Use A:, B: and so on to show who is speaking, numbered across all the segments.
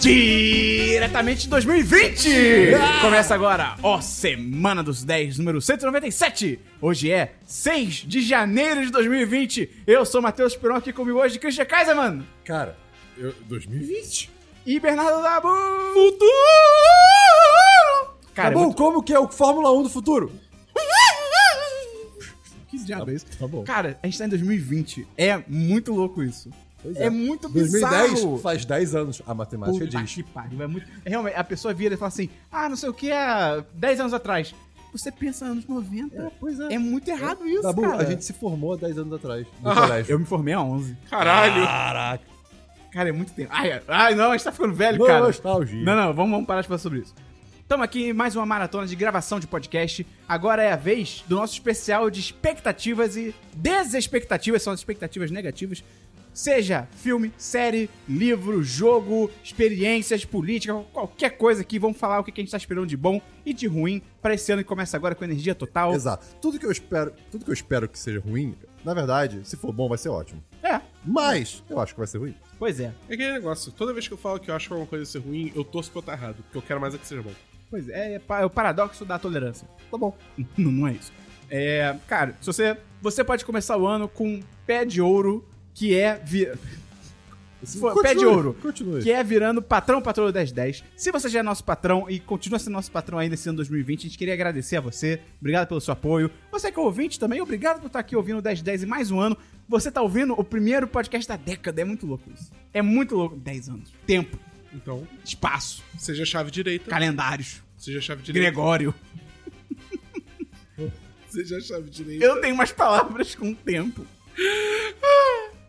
A: Diretamente de 2020! Começa agora, ó, Semana dos 10, número 197. Hoje é 6 de janeiro de 2020. Eu sou Matheus Peron, aqui comigo hoje, Christian Kaiser, mano.
B: Cara, eu, 2020?
A: E Bernardo Dabu. Cara,
B: tá bom,
A: é muito-
B: como que é o Fórmula 1 do futuro?
A: que diabo é isso?
B: Tá bom.
A: Cara, a gente tá em 2020. É muito louco isso. é.
B: é.
A: muito bizarro.
B: 2010 faz 10 anos. A matemática
A: Puta
B: diz.
A: que pariu, é muito... Realmente, a pessoa vira e fala assim, ah, não sei o que, há 10 anos atrás. Você pensa anos 90. É,
B: pois é.
A: muito errado isso,
B: Tá bom,
A: cara.
B: a gente se formou há 10 anos atrás. No colégio.
A: Ah,
B: Ah,
A: Eu me formei a 11.
C: Caralho!
B: Caraca.
A: Cara, é muito tempo. Ai, ai, não, a gente tá ficando velho, cara.
B: Nostalgia.
A: Não, não, vamos, vamos parar de falar sobre isso. Estamos aqui em mais uma maratona de gravação de podcast. Agora é a vez do nosso especial de expectativas e desexpectativas, são as expectativas negativas. Seja filme, série, livro, jogo, experiências, política, qualquer coisa aqui, vamos falar o que que a gente tá esperando de bom e de ruim para esse ano que começa agora com energia total.
B: Exato. Tudo que eu espero, tudo que eu espero que seja ruim, na verdade, se for bom vai ser ótimo.
A: É,
B: Mas eu acho que vai ser ruim.
A: pois é.
C: É aquele negócio, toda vez que eu falo que eu acho que alguma coisa ser ruim, eu torço pra eu estar errado, porque eu quero mais é que seja bom.
A: Pois é, é, pa- é o paradoxo da tolerância.
B: Tá bom.
A: Não, não é isso. É, cara, se você, você pode começar o ano com um pé de ouro, que é vi- Foi- pé de ouro.
B: Continue.
A: que é virando patrão patroa 1010. Se você já é nosso patrão e continua sendo nosso patrão ainda esse ano 2020, a gente queria agradecer a você. Obrigado pelo seu apoio. Você que é ouvinte também, obrigado por estar aqui ouvindo o 1010 e mais um ano. Você tá ouvindo o primeiro podcast da década. É muito louco isso. É muito louco. 10 anos. Tempo,
C: Então,
A: espaço,
C: seja chave direita,
A: calendários,
C: seja chave direita,
A: Gregório.
C: seja chave direita.
A: Eu não tenho mais palavras com o tempo.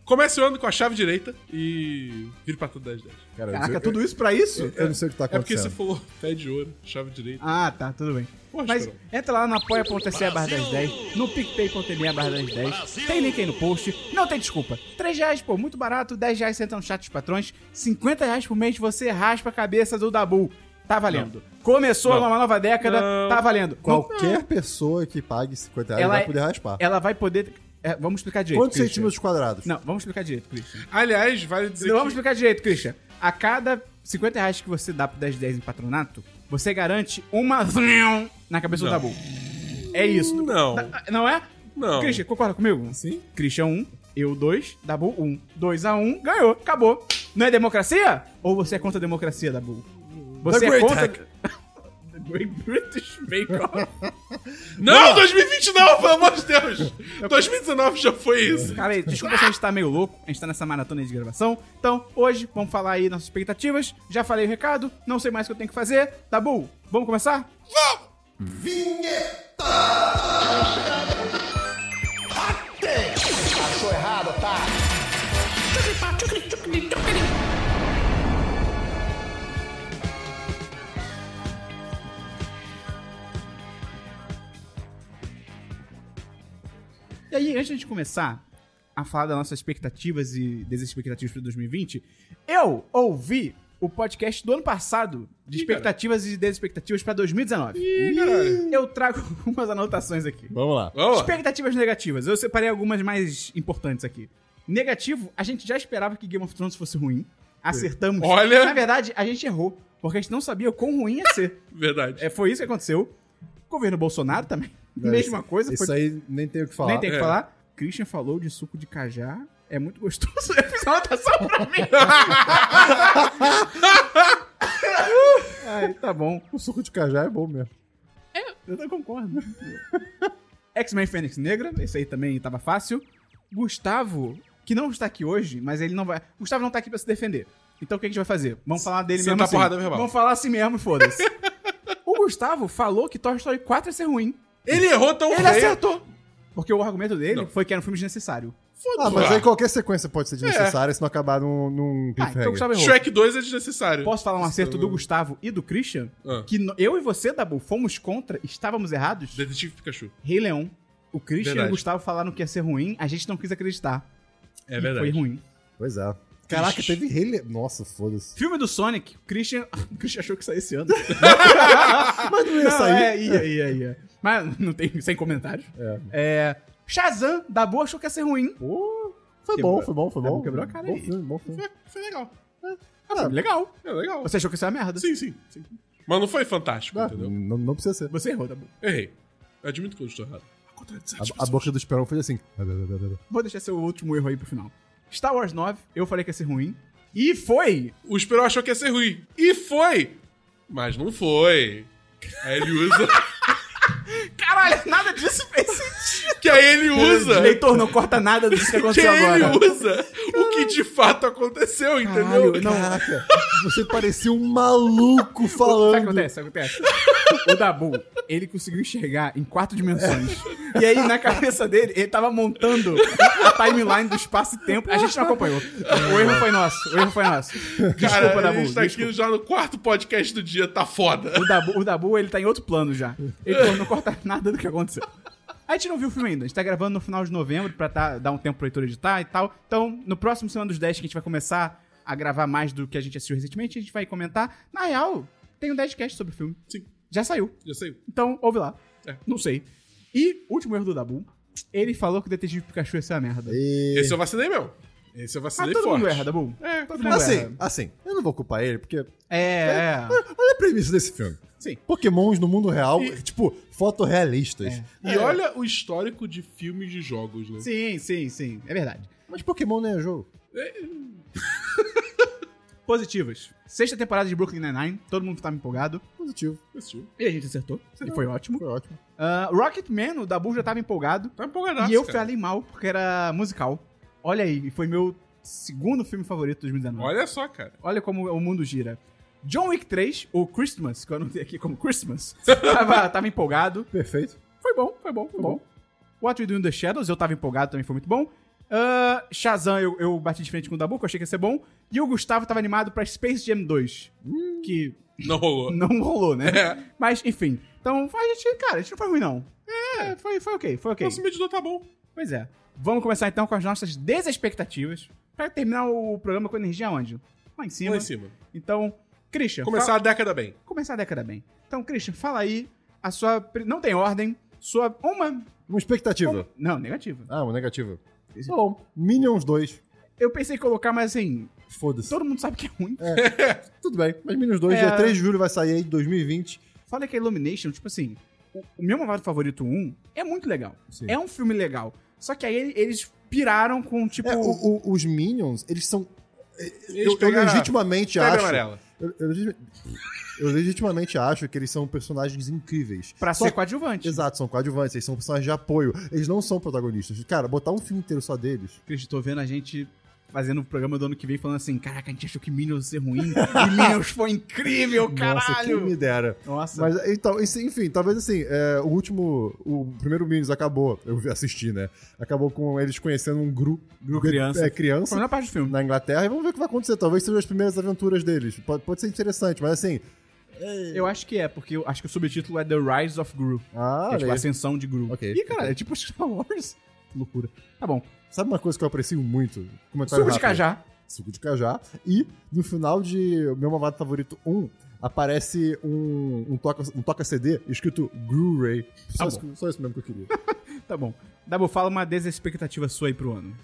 C: Comece o ano com a chave direita e vire pra tudo 10 10.
B: Cara, eu-
A: Caraca,
B: eu,
A: tudo isso pra isso?
B: É, eu não sei o que tá
C: É porque
B: acontecendo.
C: você falou pé de ouro, chave direita.
A: Ah, tá, tudo bem.
C: Poxa,
A: Mas
C: Bruno.
A: entra lá no apoia.se barra 1010, no picpay.me barra 1010, tem link aí no post, não tem desculpa. 3 reais, pô, muito barato, 10 reais você entra no chat dos patrões, 50 reais por mês você raspa a cabeça do Dabu. Tá valendo. Começou
C: Não.
A: uma nova década,
C: Não.
A: tá valendo.
B: Qualquer pessoa que pague 50 reais
A: Ela
B: vai
A: é-
B: poder raspar.
A: Ela vai poder... é, vamos explicar direito,
B: Quantos
A: Christian.
B: centímetros quadrados?
A: Não, vamos explicar direito, Christian.
C: Aliás, vale dizer
A: Não, vamos
C: que...
A: explicar direito, Christian. A cada 50 reais que você dá pro 1010 em patronato, você garante uma na cabeça
C: Não.
A: do Dabu. É isso.
C: Não.
A: Da- Não é?
C: Não.
A: Christian, concorda comigo?
B: Sim.
A: Christian 1, eu 2, Dabu 1. 2 a 1, ganhou, acabou. Não é democracia? Ou você é contra a democracia, Dabu? Você
B: The
A: é
B: Great
A: contra...
B: Hack.
A: The Great British Bake Off.
C: Não, 2020 não, pelo amor de Deus! 2019 já foi isso.
A: Cara, aí, desculpa se a gente tá meio louco, a gente tá nessa maratona aí de gravação. Então, hoje, vamos falar aí nossas expectativas. Já falei o recado, não sei mais o que eu tenho que fazer. Dabu, vamos começar? E aí, antes de começar a falar das nossas expectativas e desexpectativas para 2020, eu ouvi o podcast do ano passado de
C: Ih,
A: expectativas e desexpectativas para 2019.
C: Ih, caralho.
A: Eu trago algumas anotações aqui.
B: Vamos lá.
C: Vamos lá.
A: Expectativas negativas. Eu separei algumas mais importantes aqui. Negativo, a gente já esperava que Game of Thrones fosse ruim. Acertamos.
C: Olha.
A: Na verdade, a gente errou. Porque a gente não sabia o quão ruim ia ser.
C: Verdade.
A: É, foi isso que aconteceu. Governo Bolsonaro também. Mesma
B: isso,
A: coisa.
B: Isso
A: foi-
B: aí nem tem o que falar.
A: Nem tem o que
C: É.
A: falar. Christian falou de suco de cajá. É muito gostoso. Eu fiz uma anotação pra mim. Ai, tá bom.
B: O suco de cajá é bom mesmo.
A: Eu não concordo. X-Men Fênix Negra, esse aí também tava fácil. Gustavo, que não está aqui hoje, mas ele não vai. Gustavo não tá aqui pra se defender. Então o que a gente vai fazer? Vamos falar dele
C: Senta
A: mesmo.
C: a
A: Assim.
C: tá porrada verbal.
A: Vamos falar assim mesmo, foda-se. o Gustavo falou que Toy Story 4 ia ser ruim.
C: Ele errou tão
A: Ele
C: feio.
A: acertou! Porque o argumento dele
C: Não.
A: foi que era um filme desnecessário.
B: Ah, mas
C: Ah.
B: aí qualquer sequência pode ser desnecessária se não acabar num, num
A: Ah, então o
B: cliffhanger.
A: Gustavo errou.
C: Shrek 2 é desnecessário.
A: Posso falar um acerto do Gustavo e do Christian?
C: Ah.
A: Que no- eu e você, Dabu, fomos contra, estávamos errados.
C: Detetive Pikachu.
A: Rei Leão. O Christian e
C: Verdade.
A: o Gustavo falaram que ia ser ruim, a gente não quis acreditar.
C: É
A: E
C: verdade.
A: Foi ruim.
B: Pois é. Caraca, teve rele... Nossa, foda-se.
A: Filme do Sonic, o Christian. O Christian achou que saía esse ano.
B: Mas não ia
A: Não,
B: sair.
A: é, ia, ia, ia. Mas não tem, sem comentários.
B: É.
A: É, Shazam, da boa, achou que ia ser ruim.
B: Pô, foi
A: Quebrou-
B: bom, foi bom, foi
A: Dabu
B: bom.
A: quebrou a cara
B: bom
A: aí.
B: filme, bom filme.
C: Foi legal.
A: Ah, legal.
C: É legal.
A: Você achou que isso é uma merda?
C: Sim, sim, sim. Mas não foi fantástico,
B: Ah,
C: entendeu?
B: não, não precisa ser.
A: Você errou, tá bom.
C: Errei. Admito que eu estou errado. Tipo, Ao contrário de sete
B: A, a
C: pessoas.
B: boca do Esperão fez assim.
A: Vou deixar seu último erro aí pro final. Star Wars 9, eu falei que ia ser ruim. E foi!
C: O Esperon achou que ia ser ruim. E foi! Mas não foi. Aí ele usa.
A: Caralho, nada disso fez sentido.
C: que aí ele usa.
A: Leitor, não corta nada disso que
C: que
A: aconteceu
C: aí ele
A: agora.
C: usa é. o que de fato aconteceu, entendeu?
A: Caralho, não.
B: Caraca, você parecia um
A: Sabe
B: maluco
A: o que
B: falando.
A: acontece? Sabe o que acontece? O Dabu, ele conseguiu enxergar em quatro dimensões. E aí, na cabeça dele, ele tava montando a timeline do espaço e tempo. A gente não acompanhou. O erro foi nosso. O erro foi nosso.
C: Cara,
A: Desculpa,
C: a
A: Dabu.
C: gente tá
A: desculpa.
C: aqui já no quarto podcast do dia, tá foda.
A: O Dabu, o Dabu, ele tá em outro plano já. Ele falou, não corta nada do que aconteceu. A gente não viu o filme ainda. A gente tá gravando no final de novembro pra tá- dar um tempo pro leitor editar e tal. Então, no próximo Semana dos 10, que a gente vai começar a gravar mais do que a gente assistiu recentemente, a gente vai comentar. Na real, tem um 10cast sobre o filme.
C: Sim,
A: Já saiu.
C: já sei.
A: Então, ouve lá.
C: É.
A: Não sei. E, último erro do Dabu. Ele falou que o Detetive Pikachu ia ser uma merda.
B: E-
C: Esse eu vacinei mesmo. Esse eu
A: Mas
C: vacinei
A: Ah, todo
C: forte.
A: mundo erra, Dabu.
C: É,
A: todo mundo erra.
B: Assim, assim, eu não vou culpar ele, porque.
A: É, é.
B: Olha olha a premissa desse filme.
A: Sim.
B: Pokémons no mundo real, tipo, fotorrealistas.
C: E olha o histórico de filmes de jogos, né?
A: Sim, sim, sim. É verdade.
B: Mas Pokémon não é jogo.
A: Positivas. Sexta temporada de Brooklyn Nine-Nine. Todo mundo tava empolgado.
B: Positivo,
C: Assistiu.
A: E a gente acertou. E foi ótimo.
B: foi ótimo.
A: Ah, Rocketman, o Dabu já tava empolgado.
C: Tá empolgadaço,
A: e eu
C: cara.
A: falei mal, porque era musical. Olha aí, foi meu segundo filme favorito de 2019. Olha,
C: Olha só, cara.
A: como o mundo gira. John Wick 3, ou Christmas, que eu anotei aqui como Christmas, tava, tava empolgado.
B: Perfeito.
A: Foi bom, foi bom, foi bom. What We Do in the Shadows, eu tava empolgado, também foi muito bom. Ah, Shazam, eu, eu bati de frente com o Dabu, que eu achei que ia ser bom. E o Gustavo tava animado pra Space Jam 2, que
C: Não rolou.
A: não rolou, né?
C: É.
A: Mas, enfim. Então, a gente, cara, a gente não foi ruim, não. É, foi, foi ok, foi ok.
C: Nosso medidor tá bom.
A: Pois é. Vamos começar então com as nossas desexpectativas. Pra terminar o programa com energia onde? Lá em cima.
C: Lá em cima.
A: Então, Christian.
C: Começar
A: fa-
C: a década bem.
A: começar a década bem. Então, Christian, fala aí a sua. pri- Não tem ordem. Sua. Uma.
B: Uma expectativa.
A: uma- Não, negativa.
B: Ah, uma negativa. Tá bom. Minions 2.
A: Eu pensei em colocar, mas assim.
B: Foda-se.
A: Todo mundo sabe que é ruim.
B: Tudo bem. Mas Minions 2,
A: É.
B: dia 3 de julho, vai sair aí de 2020.
A: Fala que a Illumination, tipo assim. O, o meu malvado favorito 1 é muito legal.
B: Sim.
A: É um filme legal. Só que aí ele- eles piraram com, tipo.
B: É, o- o- os Minions, eles são. Eu, eu
C: pegaram a
B: legitimamente
C: Febre
B: acho.
C: amarela.
B: Eu, eu legit- eu legitimamente acho que eles são personagens incríveis.
A: Pra
B: Só
A: ser
B: que-
A: coadjuvante.
B: Exato, são coadjuvantes, eles são personagens de apoio. Eles não são protagonistas. Cara, botar um filme inteiro só deles.
A: Cris, tô vendo a gente fazendo o programa do ano que vem falando assim: caraca, a gente achou que Minions ia ser ruim. e Minions foi incrível,
B: Nossa, quem
A: caralho!
B: me dera.
A: Nossa.
B: Mas, então, esse- enfim, talvez assim, é, o último, o primeiro Minions acabou, eu assisti, né? Acabou com eles conhecendo um grupo.
A: Gru criança. Uhum.
B: É, criança.
A: Foi na parte do filme.
B: na Inglaterra e vamos ver o que vai acontecer. Talvez sejam as primeiras aventuras deles. Pode, pode ser interessante, mas assim.
A: Eu acho que é, porque eu acho que o subtítulo é The Rise of Gru.
B: Ah,
A: que é tipo a
B: olha aí.
A: ascensão de Gru.
B: Ok.
A: Ih, cara, é tipo Star Wars. Que Loucura. Tá bom.
B: sabe uma coisa que eu aprecio muito? Comentário
A: Suco de
B: rápido.
A: cajá.
B: Suco de cajá. E no final de Meu Malvado Favorito 1, aparece um, um toca, um toca CD escrito Gru-Ray. Só,
A: Tá
B: isso que- só isso mesmo que eu queria.
A: Tá bom. Dabu, fala uma desexpectativa sua aí pro ano.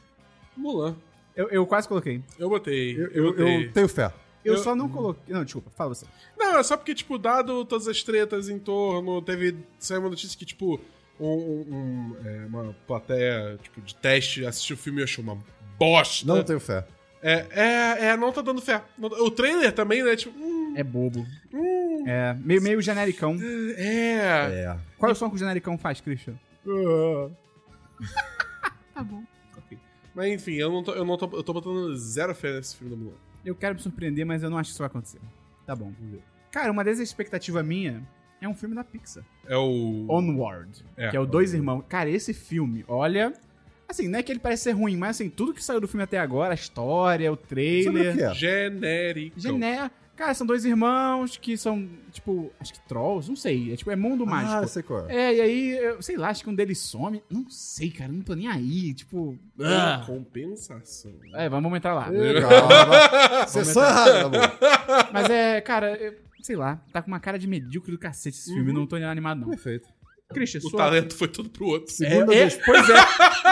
C: Mulan.
A: Eu, eu quase coloquei.
C: Eu botei.
B: Eu,
C: Eu,
B: eu-
C: botei.
B: eu tenho fé.
A: Eu,
C: Eu-
A: só não coloquei. Não, desculpa, fala você.
C: Não, é só porque, tipo, dado todas as tretas em torno, teve. Saiu uma notícia que, tipo, um, um- um, é, uma plateia tipo, de teste assistiu o filme e achou uma bosta.
B: Não tenho fé.
C: É, é, é, não tá dando fé. Não- o trailer também, né? Tipo, hum,
A: É bobo.
C: hum,
A: É, meio, meio genericão.
C: é.
B: É.
A: Qual é o som que o genericão faz, Christian?
C: Mas enfim, eu não tô, eu não tô, eu tô botando zero fé nesse filme do Mulan.
A: Eu quero me surpreender, mas eu não acho que isso vai acontecer. Tá bom.
C: Vamos ver.
A: Cara, uma desexpectativa minha é um filme da Pixar.
C: É o.
A: Onward.
C: É.
A: que é o Dois Irmãos. Cara, esse filme, olha. Assim, não é que ele parece ser ruim, mas assim, tudo que saiu do filme até agora, a história, o
B: Sabe
A: trailer.
B: o que é?
C: Genérico.
A: Gené. Cara, são dois irmãos que são, tipo, acho que trolls, não sei. É tipo, é mundo
B: Ah, eu
A: mágico.
B: sei qual é.
A: É, e aí, eu, sei lá, acho que um deles some. Não sei, cara, não tô nem aí. Tipo.
C: Em Compensação.
A: É, vamos entrar lá.
B: Ih, calma. Sessão errada, amor.
A: Mas é, cara, eu- sei lá, tá com uma cara de medíocre do cacete esse filme, não tô nem animado, não.
B: Perfeito.
A: Christian,
C: O
A: sua-
C: talento foi todo pro outro.
B: Segunda,
A: É, é,
B: des-
A: pois é.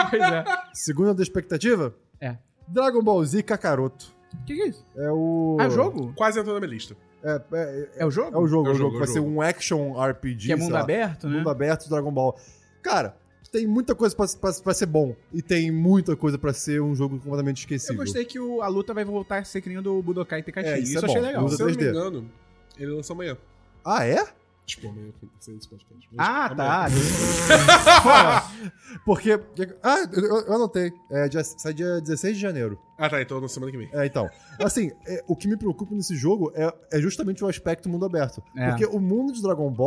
A: pois é.
B: segunda da expectativa?
A: É.
B: Dragon Ball Z Kakaroto.
A: O que, que é isso?
B: É o.
A: Ah, o jogo?
C: Quase entrou na minha lista.
B: É, é,
A: É o jogo?
B: é o jogo, é
C: É o
B: o
C: jogo,
B: jogo. Vai
C: é o
B: ser
C: jogo.
B: um action RPG.
A: Que é
B: sei
A: mundo
B: lá.
A: aberto, né?
B: Mundo aberto de Dragon Ball. Cara, tem muita coisa pra, pra- pra ser bom. E tem muita coisa pra ser um jogo completamente
A: Eu
B: esquecível.
A: gostei que o- a luta vai voltar a ser que nem o do Budokai Tenkaichi.
B: É, isso
A: isso
B: é
A: eu achei
B: bom.
A: legal.
B: Usa
C: Se eu não me
B: 3D.
C: engano, ele lança amanhã.
B: Ah, é?
C: Tipo, amanhã quando sair esse podcast. Mas
A: Ah, tá.
C: amanhã.
B: Porque. Ah, eu, eu- eu anotei. É, dia- sai dia 16 de janeiro.
C: Ah, tá. Então na semana que vem.
B: É, então. Assim, é, o que me preocupa nesse jogo é, é justamente o aspecto mundo aberto.
A: É.
B: Porque o mundo de Dragon Ball.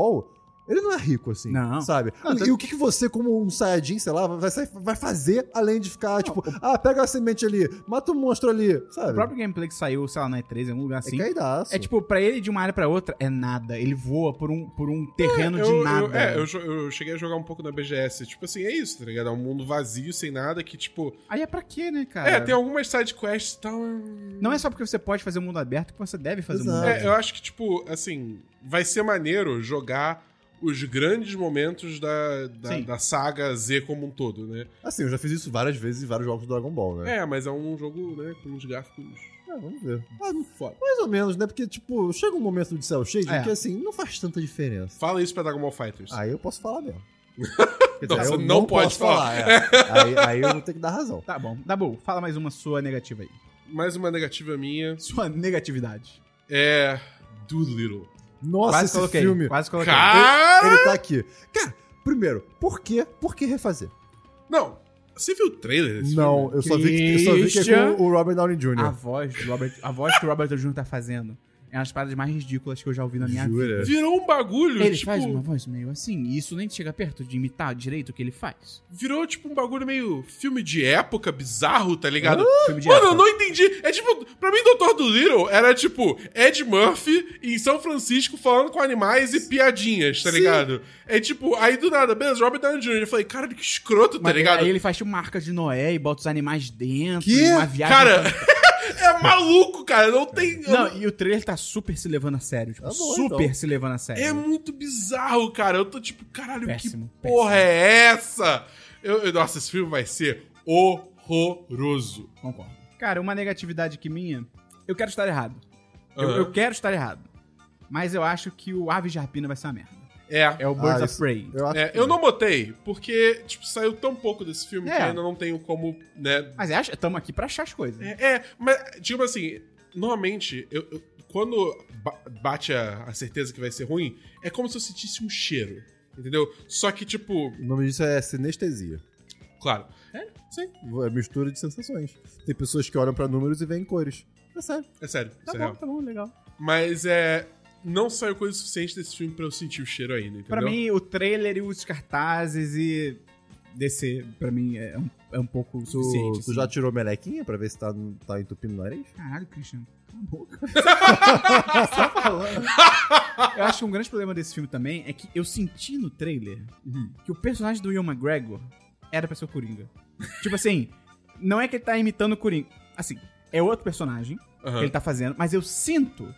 B: Ele não é rico, assim,
A: Não.
B: sabe?
A: Não, tá-
B: e
A: tem-
B: o que, que você, como um saiyajin, sei lá, vai, sair- vai fazer além de ficar, tipo, ah, pega a semente ali, mata um monstro ali, sabe?
A: O próprio gameplay que saiu, sei lá, na E3, em algum lugar
B: é
A: assim. É,
B: caidaço.
A: tipo, pra ele de uma área pra outra, é nada. Ele voa por um, por um terreno de
C: eu,
A: nada.
C: Eu, é, eu, jo- eu cheguei a jogar um pouco na BGS. Tipo assim, é isso, tá ligado? É um mundo vazio, sem nada, que tipo...
A: Aí é pra quê, né, cara?
C: É, tem algumas sidequests e tal...
A: Não é só porque você pode fazer o mundo aberto que você deve fazer o mundo
B: Exato.
A: aberto.
C: É, eu acho que, tipo, assim, vai ser maneiro jogar os grandes momentos da, da,
A: Sim.
C: da saga Z como um todo, né?
B: Assim, eu já fiz isso várias vezes em vários jogos do Dragon Ball, né?
C: É, mas é um jogo, né, com uns gráficos
B: É, vamos ver. Ah,
C: foda.
B: mais ou menos, né? Porque, tipo, chega um momento de cel shading
A: É.
B: que, assim, não faz tanta diferença.
C: Fala isso pra Dragon Ball Fighters.
B: Aí eu posso falar mesmo. Quer
C: Não, você não pode
B: é. aí, aí eu vou ter que dar razão.
A: Tá bom. Dabu, fala mais uma sua negativa aí.
C: Mais uma negativa minha
A: Sua negatividade.
C: é Doolittle.
B: Nossa,
A: quase
B: esse
A: coloquei.
B: filme.
A: Quase coloquei.
C: Cara!
B: Ele tá aqui. Cara, primeiro, por quê? Por que refazer?
C: Não, você viu o trailer desse
B: Não,
C: filme? é
B: eu só vi que, eu só vi que é
A: Christian.
B: com o Robert Downey
A: A
B: Jr.
A: voz, do Robert, a voz que o Robert Jr. tá fazendo é uma das paradas mais ridículas que eu já ouvi na
B: Ah,
A: minha vida.
B: Jura?
C: Virou um bagulho,
A: Ele
C: tipo...
A: faz uma voz meio assim, e isso nem chega perto de imitar direito o que ele faz.
C: Virou, tipo, um bagulho meio filme de época, bizarro, tá ligado?
A: Ah, Filme de
C: Mano, eu
A: época.
C: não entendi. É tipo, pra mim, Doutor do Little era tipo Ed Murphy em São Francisco falando com animais e piadinhas, tá
B: Sim.
C: ligado? É tipo, aí do nada, beleza, Robert Downey Jr. Eu falei, caralho, que escroto, tá
A: Mas
C: ligado?
A: Aí ele faz tipo marca de Noé e bota os animais dentro,
B: Que?
A: e uma viagem.
C: Cara, é maluco, cara, não tem. eu
A: É. Não, e o trailer tá super se levando a sério. Tipo,
B: Tá bom,
A: super
B: então.
A: se levando a
C: É
A: sério.
C: muito bizarro, cara. Eu tô tipo, caralho,
A: Péssimo,
C: que porra é essa? Eu, eu- nossa, esse filme vai ser horroroso.
A: Concordo. Cara, uma negatividade que minha, eu quero estar errado. Eu,
C: Aham.
A: eu quero estar errado. Mas eu acho que o Aves de Rapina vai ser uma merda.
C: É.
A: É o Birds of
B: Ah, isso-
A: Prey.
B: Eu acho
C: É, eu não botei, porque, tipo, saiu tão pouco desse filme que
A: É.
C: eu ainda não tenho como, né,
A: Mas é, estamos aqui pra achar as coisas.
C: É, é, mas, tipo assim, normalmente, eu, eu- quando ba- bate a, a certeza que vai ser ruim, é como se eu sentisse um cheiro, entendeu? Só que, tipo,
B: O nome disso é sinestesia.
C: claro.
B: É mistura de sensações. Tem pessoas que olham pra números e veem cores. É sério.
C: É sério,
A: Tá
C: isso é
A: bom,
C: real.
A: tá bom, legal.
C: Mas é. Não saiu coisa suficiente desse filme pra eu sentir o cheiro ainda, entendeu?
A: Pra mim, o trailer e os cartazes e descer, pra mim, é um, é um pouco
B: Tu,
A: suficiente.
B: tu
A: assim.
B: já tirou melequinha pra ver se tá, tá entupindo o nariz?
A: Caralho, Christian. Cala a boca. Só falando. Eu acho que um grande problema desse filme também é que eu senti no trailer
C: Uhum.
A: que o personagem do Ian McGregor era pra ser o Coringa. tipo assim, não é que ele tá imitando o Coringa. Assim, é outro personagem que
C: Aham.
A: ele tá fazendo, mas eu sinto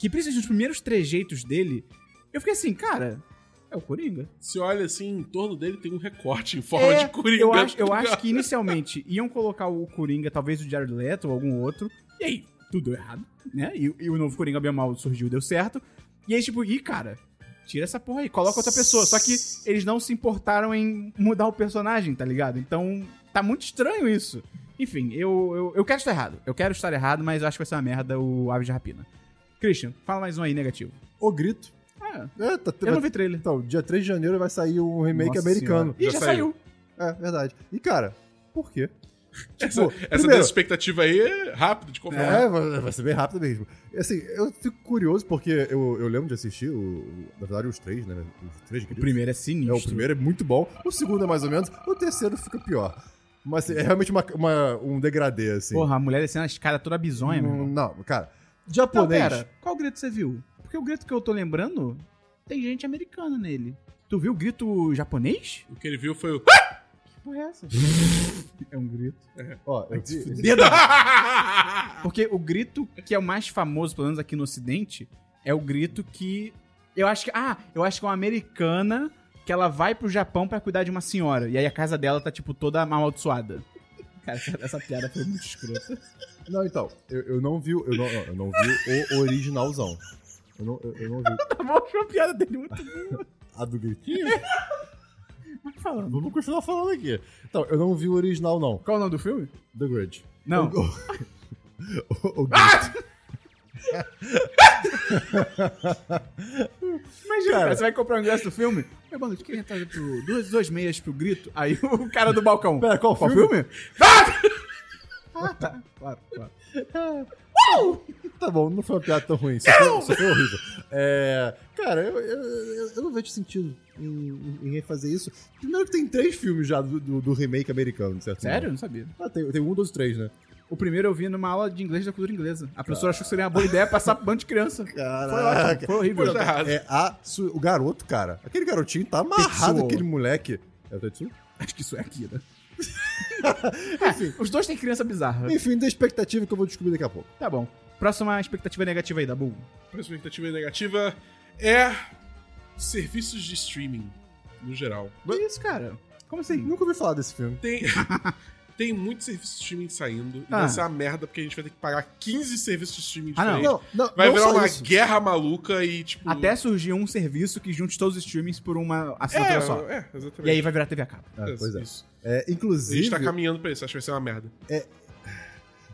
A: que, principalmente nos primeiros trejeitos dele, eu fiquei assim, cara, é o Coringa?
C: Se olha assim, em torno dele tem um recorte em forma
A: É,
C: de coringa.
A: Eu acho, eu
C: tá
A: acho
C: ligado?
A: que inicialmente iam colocar o Coringa, talvez o Jared Leto ou algum outro. E aí, tudo deu errado, né? E, e o novo Coringa bem ou mal surgiu, deu certo. E aí, tipo, ih, cara, tira essa porra aí, coloca outra pessoa. Só que eles não se importaram em mudar o personagem, tá ligado? Então, tá muito estranho isso. Enfim, eu, eu, eu quero estar errado. Eu quero estar errado, mas eu acho que vai ser uma merda o Aves de Rapina. Christian, fala mais um aí negativo.
B: O grito.
A: Ah,
B: É, tá,
A: eu não vi trailer.
B: Então, dia 3 de janeiro vai sair um remake
A: Nossa
B: americano.
A: Senhora. Ih, já,
C: Já
A: saiu.
B: É, verdade. E, cara, por quê?
C: Essa,
B: Tipo,
C: essa
B: primeiro-
C: expectativa aí é rápido de confirmar.
B: É, vai vai ser bem rápido mesmo. E, Assim, eu fico curioso porque eu, eu lembro de assistir, o, o- na verdade, os três, né? Os três
A: O
B: gritos.
A: primeiro é
B: É,
A: sinistro.
B: o primeiro é muito bom, o segundo é mais ou menos, o terceiro fica pior. Mas assim, é realmente uma, uma- um degradê, assim.
A: Porra, a mulher descendo a escada toda bizonha, meu
B: não, é,
A: irmão.
B: não, cara.
A: Não,
B: Japonês.
A: pera, qual grito você viu? Porque o grito que eu tô lembrando, tem gente americana nele. Tu viu o grito japonês?
C: O que ele viu foi o.
A: Que porra é essa? é um grito.
B: Ó, eu vi-
A: Porque o grito que é o mais famoso, pelo menos aqui no ocidente, é o grito que... Eu acho que... Ah, eu acho que é uma americana que ela vai pro Japão pra cuidar de uma senhora. E aí a casa dela tá, tipo, toda amaldiçoada. Cara, essa, essa piada foi muito escrota.
B: Não, então, eu, eu não vi, o- eu não, eu não vi o originalzão. Eu não, eu, eu não vi.
A: Tá bom, achou a piada dele muito
B: A do gritinho?
A: Vai falando.
B: Vamos continuar falando aqui. Então, eu não vi o original, não.
A: Qual o nome do filme?
B: The Grudge.
A: Não.
B: O, o, o Grudge.
A: Imagina, cara,
B: Cara.
A: você vai comprar o ingresso do filme. Meu é mano, tu queria entrar tá pro duas, duas meias pro grito? Aí o cara do balcão.
B: Pera, qual
A: qual
B: filme?
A: filme? Ah! ah, tá. Claro, claro.
B: Tá bom, não foi uma piada tão ruim, só foi, só foi horrível. É, cara, eu, eu, eu- eu não vejo sentido em, em- em refazer isso. Primeiro que tem três filmes já do, do- do remake americano, de certo?
A: Sério? Eu Não sabia.
B: modo. Ah, tem, tem um, dois, três, né?
A: O primeiro eu vi numa aula de inglês da cultura inglesa. A professora achou que seria uma boa ideia passar pro bando de criança. Foi ótimo, foi horrível.
C: Coisa errada.
B: É a, su- o garoto, cara. Aquele garotinho tá amarrado,
A: Tetsuo.
B: aquele moleque. É o Tetsu?
A: Acho que isso é Akira. é, os dois têm criança bizarra.
B: Enfim, da expectativa que eu vou descobrir daqui a pouco.
A: Tá bom. Próxima expectativa negativa aí, Dabu.
C: Minha expectativa negativa é serviços de streaming, no geral.
A: Que isso, cara? Como assim?
B: Nunca ouvi falar desse filme.
C: Tem, tem muito serviço de streaming saindo, e
A: Ah.
C: vai ser uma merda, porque a gente vai ter que pagar 15 serviços de streaming
A: Ah, não.
C: diferentes.
B: Não, não,
C: Vai
B: não
C: virar
B: só
C: uma
B: isso.
C: guerra maluca e, tipo...
A: Até surgir um serviço que junte todos os streamings por uma assinatura
C: é,
A: só.
C: é,
A: E
C: exatamente.
A: aí vai virar TV a cabo.
B: Ah, pois é.
C: Isso.
B: É,
C: A gente
B: inclusive,
C: tá caminhando pra isso, acho que vai ser uma merda.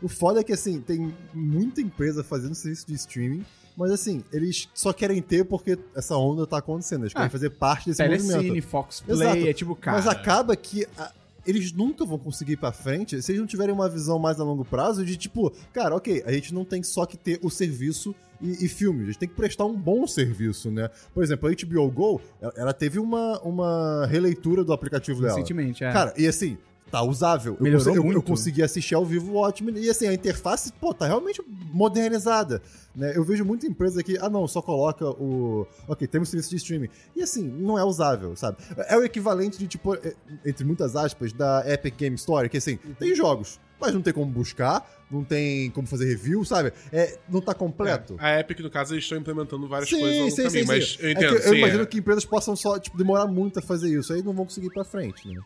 B: o foda é que assim, tem muita empresa fazendo serviço de streaming, mas assim, eles só querem ter porque essa onda tá acontecendo. Eles querem
A: Ah,
B: fazer parte desse
A: Telecine,
B: movimento.
A: Fox Play,
B: Exato.
A: é tipo, cara.
B: Mas acaba que a- eles nunca vão conseguir ir pra frente se eles não tiverem uma visão mais a longo prazo de tipo, cara, ok, a gente não tem só que ter o serviço e, e filme, a gente tem que prestar um bom serviço, né? Por exemplo, a HBO Go, ela- ela teve uma, uma releitura do aplicativo dela.
A: recentemente, é.
B: Cara, e assim, tá usável. Eu,
A: Melhorou
B: conse- eu-
A: muito.
B: eu consegui assistir ao vivo ótimo. E assim, a interface, pô, tá realmente modernizada. Né? Eu vejo muita empresa que, ah não, só coloca o. Ok, temos serviço de streaming. E assim, não é usável, sabe? É o equivalente de, tipo, é- entre muitas aspas, da Epic Game Store, que assim, tem jogos, mas não tem como buscar, não tem como fazer review, sabe? É, não tá completo.
C: É, a Epic, no caso, eles estão implementando várias coisas no caminho, mas eu
B: É que
C: entendo,
B: eu
C: sim,
B: imagino
C: é.
B: que empresas possam só tipo, demorar muito a fazer isso, aí não vão conseguir ir pra frente, né?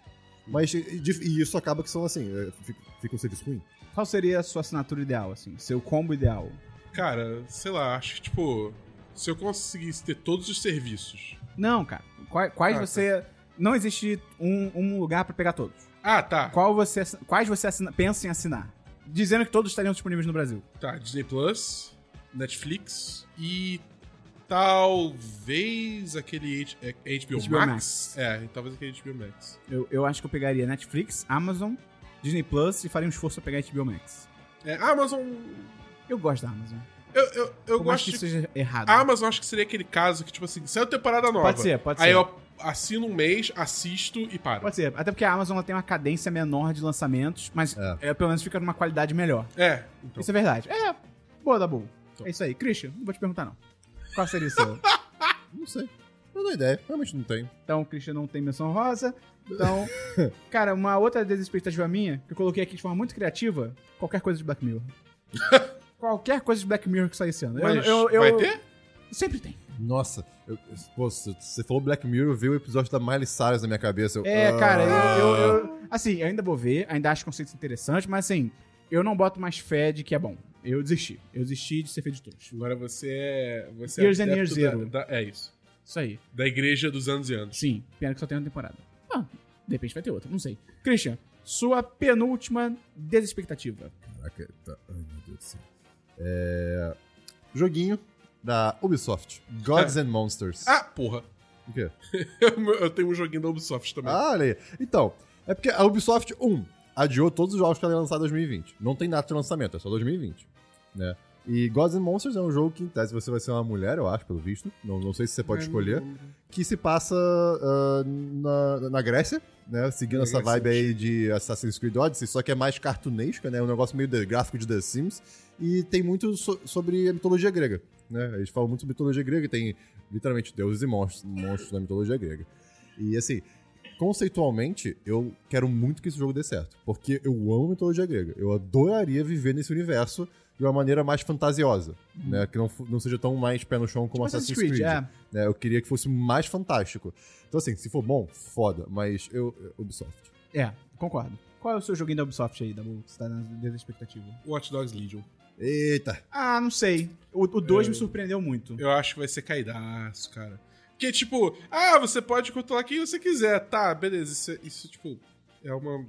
B: Mas, e, de- e isso acaba que são assim, é, fica, fica um serviço ruim.
A: Qual seria a sua assinatura ideal, assim? Seu combo ideal?
C: Cara, sei lá, acho que, tipo... Se eu conseguisse ter todos os serviços...
A: Não, cara. Quais, quais
C: Ah, tá.
A: você... Não existe um, um lugar pra pegar todos.
C: Ah, tá.
A: Qual você, assi- quais você assina- pensa em assinar? Dizendo que todos estariam disponíveis no Brasil.
C: Tá, Disney Plus, Netflix e talvez aquele H- é, HBO,
A: HBO
C: Max.
A: Max.
C: É, talvez aquele HBO Max.
A: Eu, eu acho que eu pegaria Netflix, Amazon, Disney Plus e faria um esforço pra pegar HBO Max.
C: É, Amazon.
A: Eu gosto da Amazon.
C: Eu, eu, eu
A: Por mais
C: gosto.
A: que
C: de-
A: isso seja errado.
C: A Amazon acho que seria aquele caso que, tipo assim, saiu temporada nova.
A: Pode ser, pode
C: Aí
A: ser.
C: eu assino um mês, assisto e paro.
A: Pode ser. Até porque a Amazon ela tem uma cadência menor de lançamentos, mas
B: É.
A: é, pelo menos fica numa qualidade melhor.
C: É, então.
A: Isso é verdade. É, boa, Dabu.
C: Então.
A: É isso aí. Christian, não vou te perguntar, não. Qual seria o seu?
B: Não sei. Não dou ideia, realmente não tenho.
A: Então, o Christian não tem menção rosa. Então, cara, uma outra desexpectativa minha, que eu coloquei aqui de forma muito criativa, qualquer coisa de Black Mirror. qualquer coisa de Black Mirror que sair esse ano. Eu-
C: Mas
A: eu- eu-
C: vai ter?
A: Sempre tem.
B: Nossa, eu, eu- pô, c- você falou Black Mirror, veio o episódio da Miley Cyrus na minha cabeça. eu-
A: É, cara,
B: Ah.
A: eu, eu- eu- Assim, eu ainda vou ver, ainda acho conceitos interessantes, mas assim, eu não boto mais fé de que é bom. Eu desisti. Eu desisti de ser feito de trouxa.
C: Agora você é. Você
A: Years
C: é
A: and
C: adepto
A: Years
C: da-
A: Zero.
C: da- é isso.
A: Isso aí.
C: Da igreja dos anos e anos.
A: Sim, pena que só tem uma temporada. Ah, de repente vai ter outra, não sei. Christian, sua penúltima desexpectativa.
B: Caraca, tá- ai, meu Deus do céu. É, Joguinho da Ubisoft. Gods and Monsters.
C: Ah, porra.
B: O quê?
C: Eu tenho um joguinho da Ubisoft também.
B: Ah, olha aí. Então, é porque a Ubisoft 1 adiou todos os jogos que ela ia lançar em 2020. Não tem data de lançamento, é só 2020. Né? E Gods and Monsters é um jogo que, em tese, você vai ser uma mulher, eu acho, pelo visto. Não, não sei se você pode
C: É,
B: escolher.
C: não-
B: Que se passa ah, na, na Grécia, né? Seguindo
C: Na
B: essa
C: Grécia,
B: vibe aí de Assassin's Creed Odyssey, só que é mais cartunesca, né? Um negócio meio de, gráfico de The Sims. E tem muito so- sobre a mitologia grega, né? Eles falam muito sobre mitologia grega e tem, literalmente, deuses e monstros, monstros na mitologia grega. E, assim, conceitualmente, eu quero muito que esse jogo dê certo. Porque eu amo mitologia grega. Eu adoraria viver nesse universo de uma maneira mais fantasiosa, né? Que não, fu- não seja tão mais pé no chão como Assassin's Creed.
A: é.
B: né? Eu queria que fosse mais fantástico. Então, assim, se for bom, foda. Mas eu... Ubisoft.
A: É, concordo. Qual é o seu joguinho da Ubisoft aí, Dabu? que Você tá na desexpectativa.
C: Watch Dogs Legion.
B: Eita.
A: Ah, não sei. O 2 me surpreendeu muito.
C: Eu acho que vai ser caidaço, cara. Porque, tipo, ah, você pode controlar quem você quiser. Tá, beleza. Isso, isso, tipo, é uma.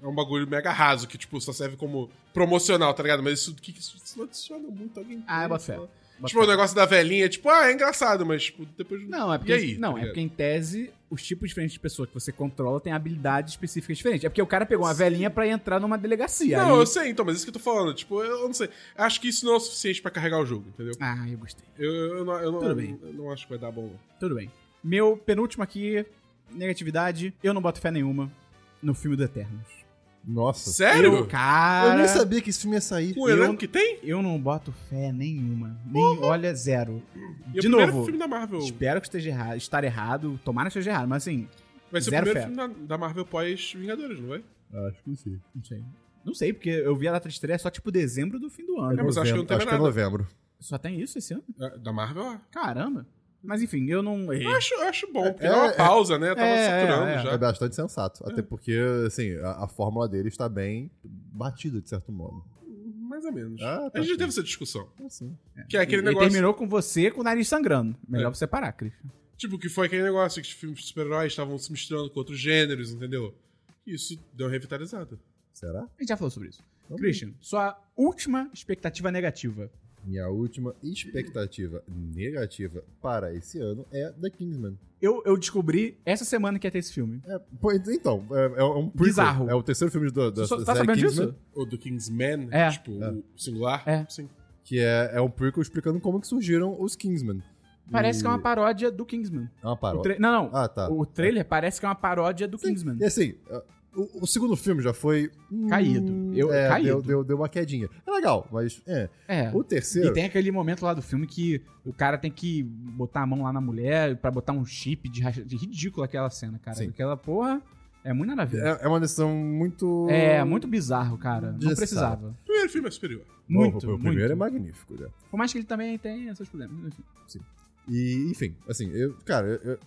C: É um bagulho mega raso, que, tipo, só serve como promocional, tá ligado? Mas isso, que, que isso, isso não adiciona muito alguém.
A: Ah, eu boto fé. Boto
C: Tipo, o negócio da velhinha, tipo, ah, é engraçado, mas, tipo, depois...
A: Não, é porque,
C: E aí?
A: não,
C: tá
A: é
C: ligado?
A: porque em tese, os tipos diferentes de pessoas que você controla têm habilidades específicas diferentes. É porque o cara pegou uma velhinha pra entrar numa delegacia.
C: Não,
A: Aí-
C: eu sei, então, mas isso que eu tô falando, tipo, eu não sei. Acho que isso não é o suficiente pra carregar o jogo, entendeu?
A: Ah, eu gostei.
C: Eu, eu, não, eu, não,
A: Tudo bem.
C: eu não acho que vai dar bom, não.
A: Tudo bem. Meu penúltimo aqui, negatividade. Eu não boto fé nenhuma no filme do Eternos.
B: Nossa.
C: Sério?
A: Eu, cara...
B: Eu nem sabia que esse filme ia sair.
C: Com o elenco
A: eu-
C: que tem?
A: Eu não boto fé nenhuma. Nem, olha, zero.
C: E é
A: De
C: o primeiro
A: novo,
C: filme da Marvel.
A: espero que esteja errado, estar errado, tomara que esteja errado, mas assim,
C: Vai ser o
A: zero
C: primeiro
A: fé.
C: filme da, da Marvel pós Vingadores, não vai?
B: Acho que sim.
A: não sei. Não sei, porque eu vi a data de estreia só tipo dezembro do fim do ano.
C: É, mas acho que não
B: Novembro.
C: teve
B: Acho que é
C: nada.
B: novembro.
A: Só tem isso esse ano?
C: Da- Da Marvel, ó.
A: Caramba. Mas enfim, eu não.
C: Eu acho, eu acho bom, porque
B: É,
C: dá uma
B: é.
C: pausa, né? Tava
A: É,
C: saturando
A: é, é.
C: já.
B: É bastante sensato. Até porque, assim, a, a fórmula dele está bem batida, de certo modo.
C: Mais ou menos.
B: Ah, tá
C: a gente já
B: sim.
C: teve essa discussão.
B: Assim.
C: Que é aquele
A: ele
C: negócio.
A: terminou com você com o nariz sangrando. Melhor
C: É.
A: você parar, Cris.
C: Tipo, que foi aquele negócio que os filmes de super-heróis estavam se misturando com outros gêneros, entendeu? Isso deu uma revitalizada.
B: Será?
A: A gente já falou sobre isso.
B: Vamos.
A: Christian, sua última expectativa negativa.
B: Minha última expectativa negativa para esse ano é The Kingsman.
A: Eu, eu descobri essa semana que ia ter esse filme.
B: É, pois então, é, é um prequel.
A: Bizarro.
B: É o terceiro filme do, da
A: Você só-
B: série
A: tá sabendo
B: Kingsman,
A: disso?
C: Ou do Kingsman,
A: É.
C: tipo, o singular.
A: É.
C: Sim.
B: Que é, é um prequel explicando como que surgiram os Kingsman.
A: Parece
B: E-
A: que é uma paródia do Kingsman.
B: É uma
A: O
B: paródia.
A: tra- Não, não.
B: Ah, tá.
A: O trailer parece que é uma paródia do Kingsman.
B: E assim, uh, o, o segundo filme já foi... hum,
A: Caído. Eu-
B: é,
A: caído.
B: Deu, deu, deu uma quedinha. É legal, mas... É.
A: É.
B: O
A: E
B: terceiro...
A: tem aquele momento lá do filme que o cara tem que botar a mão lá na mulher pra botar um chip de, racha- de ridículo aquela cena, cara.
B: Sim.
A: Aquela porra é muito nada a ver.
B: É, é uma decisão muito...
A: É, muito bizarro, cara. Não
B: Desnecessário.
A: precisava.
C: O primeiro filme é superior.
B: Bom,
A: Muito,
B: o, o
A: muito.
B: primeiro é magnífico, né?
A: Por mais que ele também tenha seus problemas. enfim.
B: E, enfim, assim, eu, cara, eu, eu-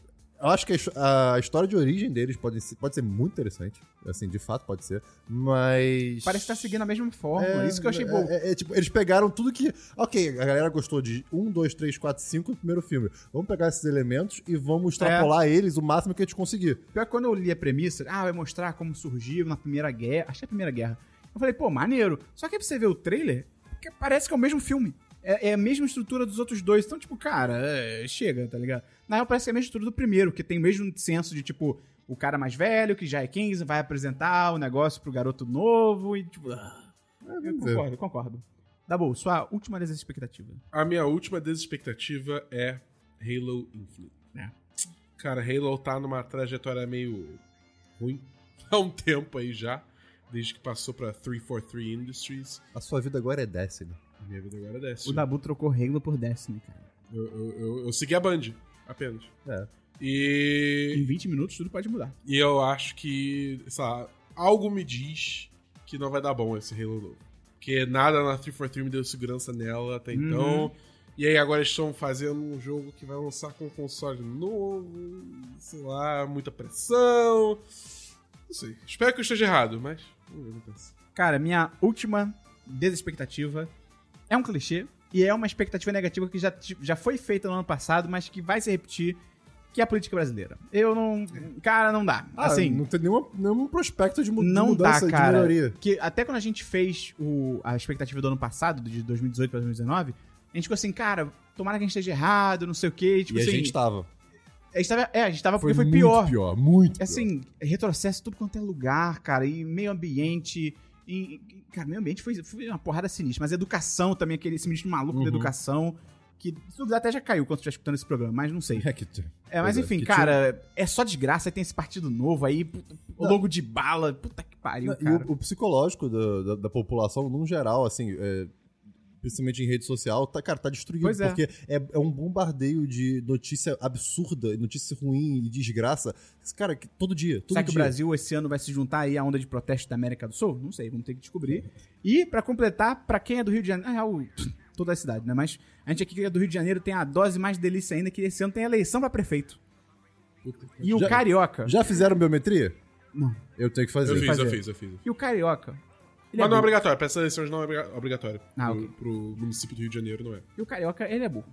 B: eu acho que a his- a, história de origem deles pode ser, pode ser muito interessante. Assim, de fato pode ser. Mas.
A: Parece que tá seguindo a mesma forma.
B: É,
A: isso que eu achei
B: é,
A: bom.
B: É, é, tipo, eles pegaram tudo que. Ok, a galera gostou de 1, 2, 3, 4, 5 do primeiro filme. Vamos pegar esses elementos e
A: É.
B: vamos extrapolar eles o máximo que a gente conseguir.
A: Pior que quando eu li a premissa, ah, vai mostrar como surgiu na Primeira Guerra. Achei a Primeira Guerra. Eu falei, pô, maneiro. Só que aí pra você ver o trailer, que parece que é o mesmo filme. É, é a mesma estrutura dos outros dois. Então, tipo, cara, é, chega, tá ligado? Na real, parece que é a mesma estrutura do primeiro, que tem o mesmo senso de, tipo, o cara mais velho, que já é 15, vai apresentar o negócio pro garoto novo e, tipo... ah. Eu
B: dizer.
A: concordo, concordo. Dabu, sua última desexpectativa.
C: A minha última desexpectativa é Halo Infinite.
A: É.
C: Cara, Halo tá numa trajetória meio ruim há um tempo aí já, desde que passou pra 343 Industries.
B: A sua vida agora é Destiny.
C: A minha vida agora é dessa.
A: O Dabu trocou Halo por Destiny, cara.
C: Eu, eu- eu- eu segui a Band, apenas.
B: É.
C: E,
A: Em 20 minutos tudo pode mudar.
C: e eu acho que, sei lá, algo me diz que não vai dar bom esse Halo novo. Porque nada na 343 me deu segurança nela até
A: Uhum.
C: então. E aí agora eles estão fazendo um jogo que vai lançar com um console novo, sei lá, muita pressão. Não sei. Espero que eu esteja errado, mas vamos ver o que acontece.
A: Cara, minha última desexpectativa é um clichê e é uma expectativa negativa que já, ti- já foi feita no ano passado, mas que vai se repetir, que é a política brasileira. Eu não... Cara, não dá.
B: Ah,
A: assim,
B: Não tem nenhuma, nenhum prospecto de mu- de
A: não dá,
B: mudança de
A: cara.
B: melhoria.
A: Que até quando a gente fez o- a expectativa do ano passado, de 2018 pra 2019, a gente ficou assim, cara, tomara que a gente esteja errado, não sei o quê. e, tipo
B: e
A: assim,
B: a gente tava.
A: a gente tava... É, a gente tava
B: Foi,
A: porque foi
B: muito
A: pior.
B: pior. Muito pior.
A: Assim, retrocesso em tudo quanto é lugar, cara, e meio ambiente. E, e- cara, meio ambiente foi, foi uma porrada sinistra, mas educação também, aquele esse ministro maluco
C: Uhum.
A: da educação, que se duvidar até já caiu quando estiver escutando esse programa, mas não sei.
B: É que-
A: É, mas
B: Pois é,
A: enfim,
B: que
A: cara, é só desgraça, aí tem esse partido novo aí, puta, o
B: Não.
A: logo de bala, puta que pariu,
B: Não, e
A: um cara.
B: o, o psicológico da, da, da população, num geral, assim, é, principalmente em rede social, tá, cara, tá destruído.
A: Pois é.
B: Porque é, é um bombardeio de notícia absurda, notícia ruim e desgraça. Cara, que- todo dia, todo
A: Será que
B: dia.
A: o Brasil esse ano vai se juntar aí à onda de protesto da América do Sul? Não sei, vamos ter que descobrir. E, pra completar, pra quem é do Rio de Janeiro, na real, toda a cidade, né? Mas a gente aqui que é do Rio de Janeiro tem a dose mais delícia ainda, que esse ano tem eleição pra prefeito.
C: Puta que
A: E o
B: Já-
A: Carioca.
B: Já fizeram biometria?
A: Não.
B: Eu tenho que fazer.
C: Eu fiz,
A: fazer.
C: eu fiz, eu fiz.
A: E o carioca? Ele é
C: Mas não é
A: burro.
C: obrigatório, peça eleições não é obriga- obrigatório.
A: Ah,
C: pro,
A: ok.
C: pro município do Rio de Janeiro, não é.
A: E o carioca, ele é burro.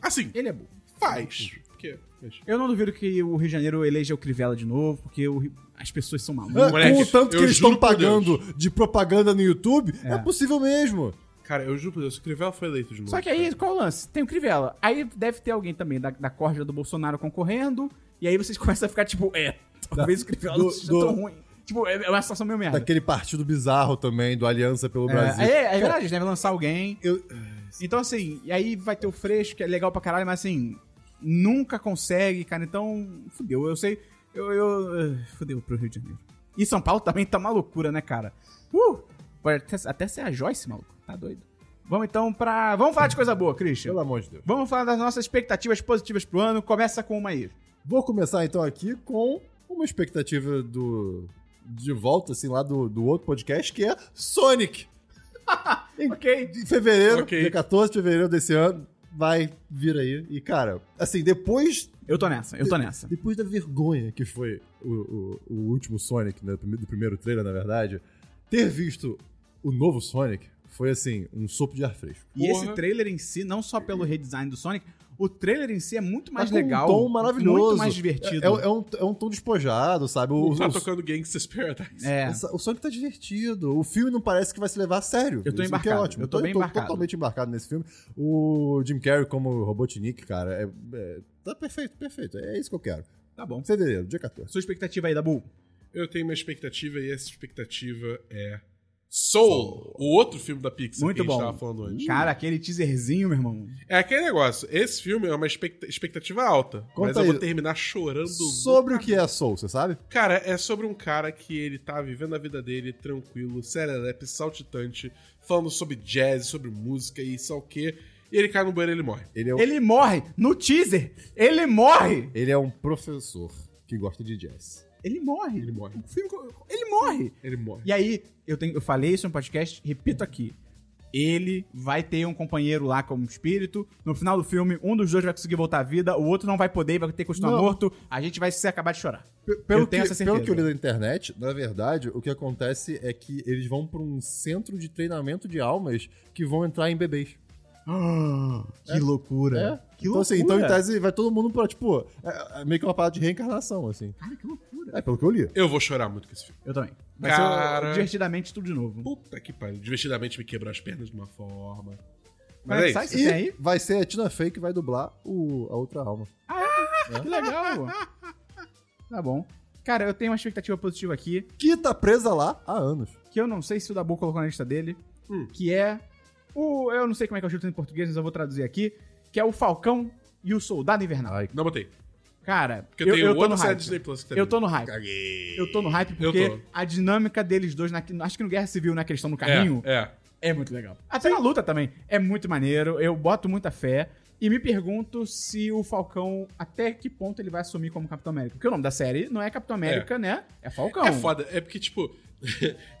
C: Assim,
A: Ele é burro.
C: faz. Porque, mas...
A: Eu não duvido que o Rio de Janeiro eleja o Crivella de novo, porque o Rio- as pessoas são
B: Ah,
A: malucas.
C: Moleque,
B: com o tanto que
C: eu
B: eles
C: juro
B: estão
C: por Deus.
B: pagando de propaganda no YouTube, é, possível mesmo.
C: Cara, eu juro por Deus, se o Crivella foi eleito de novo.
A: Só que aí, qual é o lance? Tem o Crivella. Aí deve ter alguém também da, da corda do Bolsonaro concorrendo, e aí vocês começam a ficar tipo, é, talvez o Crivella
B: do-
A: não seja
B: do-
A: tão ruim. Tipo, é, é uma situação meio merda.
B: Daquele partido bizarro também, do Aliança pelo
A: É,
B: Brasil.
A: aí, é verdade, eles devem lançar alguém.
B: Eu-
A: Então, assim, e aí vai ter o Freixo, que é legal pra caralho, mas assim, nunca consegue, cara. Então, fudeu. Eu sei. Eu. eu ah, fudeu pro Rio de Janeiro. E São Paulo também tá uma loucura, né, cara? Uh! Pode até, até ser a Joyce, maluco. Tá doido. Vamos então pra. Vamos falar de coisa boa, Christian.
B: Pelo amor de Deus.
A: Vamos falar das nossas expectativas positivas pro ano. Começa com uma aí.
B: Vou começar então aqui com uma expectativa do de volta assim lá do, do outro podcast que é Sonic.
A: Ok.
B: Em fevereiro,
C: Ok.
B: dia 14 de fevereiro desse ano, vai vir aí. E cara, assim, depois
A: Eu tô nessa, eu tô nessa.
B: depois da vergonha que foi o, o, o último Sonic, né, do prime- do primeiro trailer, na verdade, ter visto o novo Sonic foi assim, um sopro de ar fresco.
A: E esse
C: Porra.
A: trailer em si, não só pelo redesign do Sonic, o trailer em si é muito mais
B: Tá com
A: legal.
B: Um tom maravilhoso.
A: Muito mais divertido.
B: É, é- é um, é um tom despojado, sabe? O,
C: Tá
B: o-
C: tocando Gangsta's Paradise.
A: É.
B: Essa- o Sonic tá divertido. O filme não parece que vai se levar a sério.
A: Eu tô
B: Isso que é
A: embarcado.
B: ótimo.
A: Eu tô bem embarcado.
B: totalmente embarcado nesse filme. O Jim Carrey como Robotnik, cara, é, é- tá perfeito, perfeito. É isso que eu quero.
A: Tá bom.
B: Fevereiro, dia 14.
A: Sua expectativa aí, Dabu?
C: Eu tenho uma expectativa e essa expectativa é Soul, o outro filme da Pixar
A: Muito
C: que a gente
A: bom.
C: tava falando antes.
A: Cara, aquele teaserzinho, meu irmão.
C: É aquele negócio, esse filme é uma expect- expectativa alta, mas
B: Conta
C: eu vou
B: aí.
C: terminar chorando.
B: Sobre o que é Soul, você sabe?
C: Cara, é sobre um cara que ele tá vivendo a vida dele tranquilo, serelepe, saltitante, falando sobre jazz, sobre música e só o quê, e ele cai no banheiro e ele morre.
B: Ele é um, ele...
A: Ele morre no teaser. Ele morre.
B: é um professor que gosta de jazz.
A: Ele morre.
C: Ele morre.
A: O filme co- ele morre.
C: Ele morre.
A: E aí, eu, tenho, eu falei isso no podcast, repito aqui. Ele vai ter um companheiro lá como espírito. No final do filme, um dos dois vai conseguir voltar à vida, o outro não vai poder e vai ter que continuar
B: Não.
A: morto. A gente vai se acabar de chorar.
B: P- Pelo,
A: Eu tenho
B: que,
A: essa certeza.
B: pelo que eu li na internet, na verdade, o que acontece é que eles vão pra um centro de treinamento de almas que vão entrar em bebês.
A: Ah, que loucura.
B: É.
A: Que
B: então, assim, então, em tese, vai todo mundo pra, tipo, é- é meio que uma parada de reencarnação, assim.
A: Cara, que loucura.
B: É, pelo que eu li.
C: Eu vou chorar muito com esse filme.
A: Eu também. Vai ser
C: Cara.
A: uh, divertidamente tudo de novo.
C: Puta que pariu. Divertidamente me quebrou as pernas de uma forma.
A: Mas
C: Mas, é
A: sai-
C: isso.
A: Você
B: e
A: tem aí?
B: vai ser a Tina Fey que vai dublar o, a outra alma.
A: Que legal. tá bom. Cara, eu tenho uma expectativa positiva aqui,
B: Que tá presa lá há anos.
A: que eu não sei se o Dabu colocou na lista dele,
C: Hum.
A: que é o... Eu não sei como é que eu chuto em português, mas eu vou traduzir aqui, que é o Falcão e o Soldado Invernal.
B: Ai,
C: Não botei.
A: Cara,
C: Porque
A: eu,
C: eu, tenho
A: eu tô no
C: outra série
A: hype.
C: Disney Plus que também.
A: Eu tô no hype.
C: Caguei.
A: Eu tô no hype
C: Eu
A: porque
C: tô.
A: a dinâmica deles dois, na, acho que no Guerra Civil, né, que eles estão no carrinho,
C: É, é.
A: é muito legal. Até na luta também. É muito maneiro, eu boto muita fé. E me pergunto se o Falcão, até que ponto ele vai assumir como Capitão América. Porque o nome da série não é Capitão América, né? É Falcão.
C: É foda. É porque, tipo,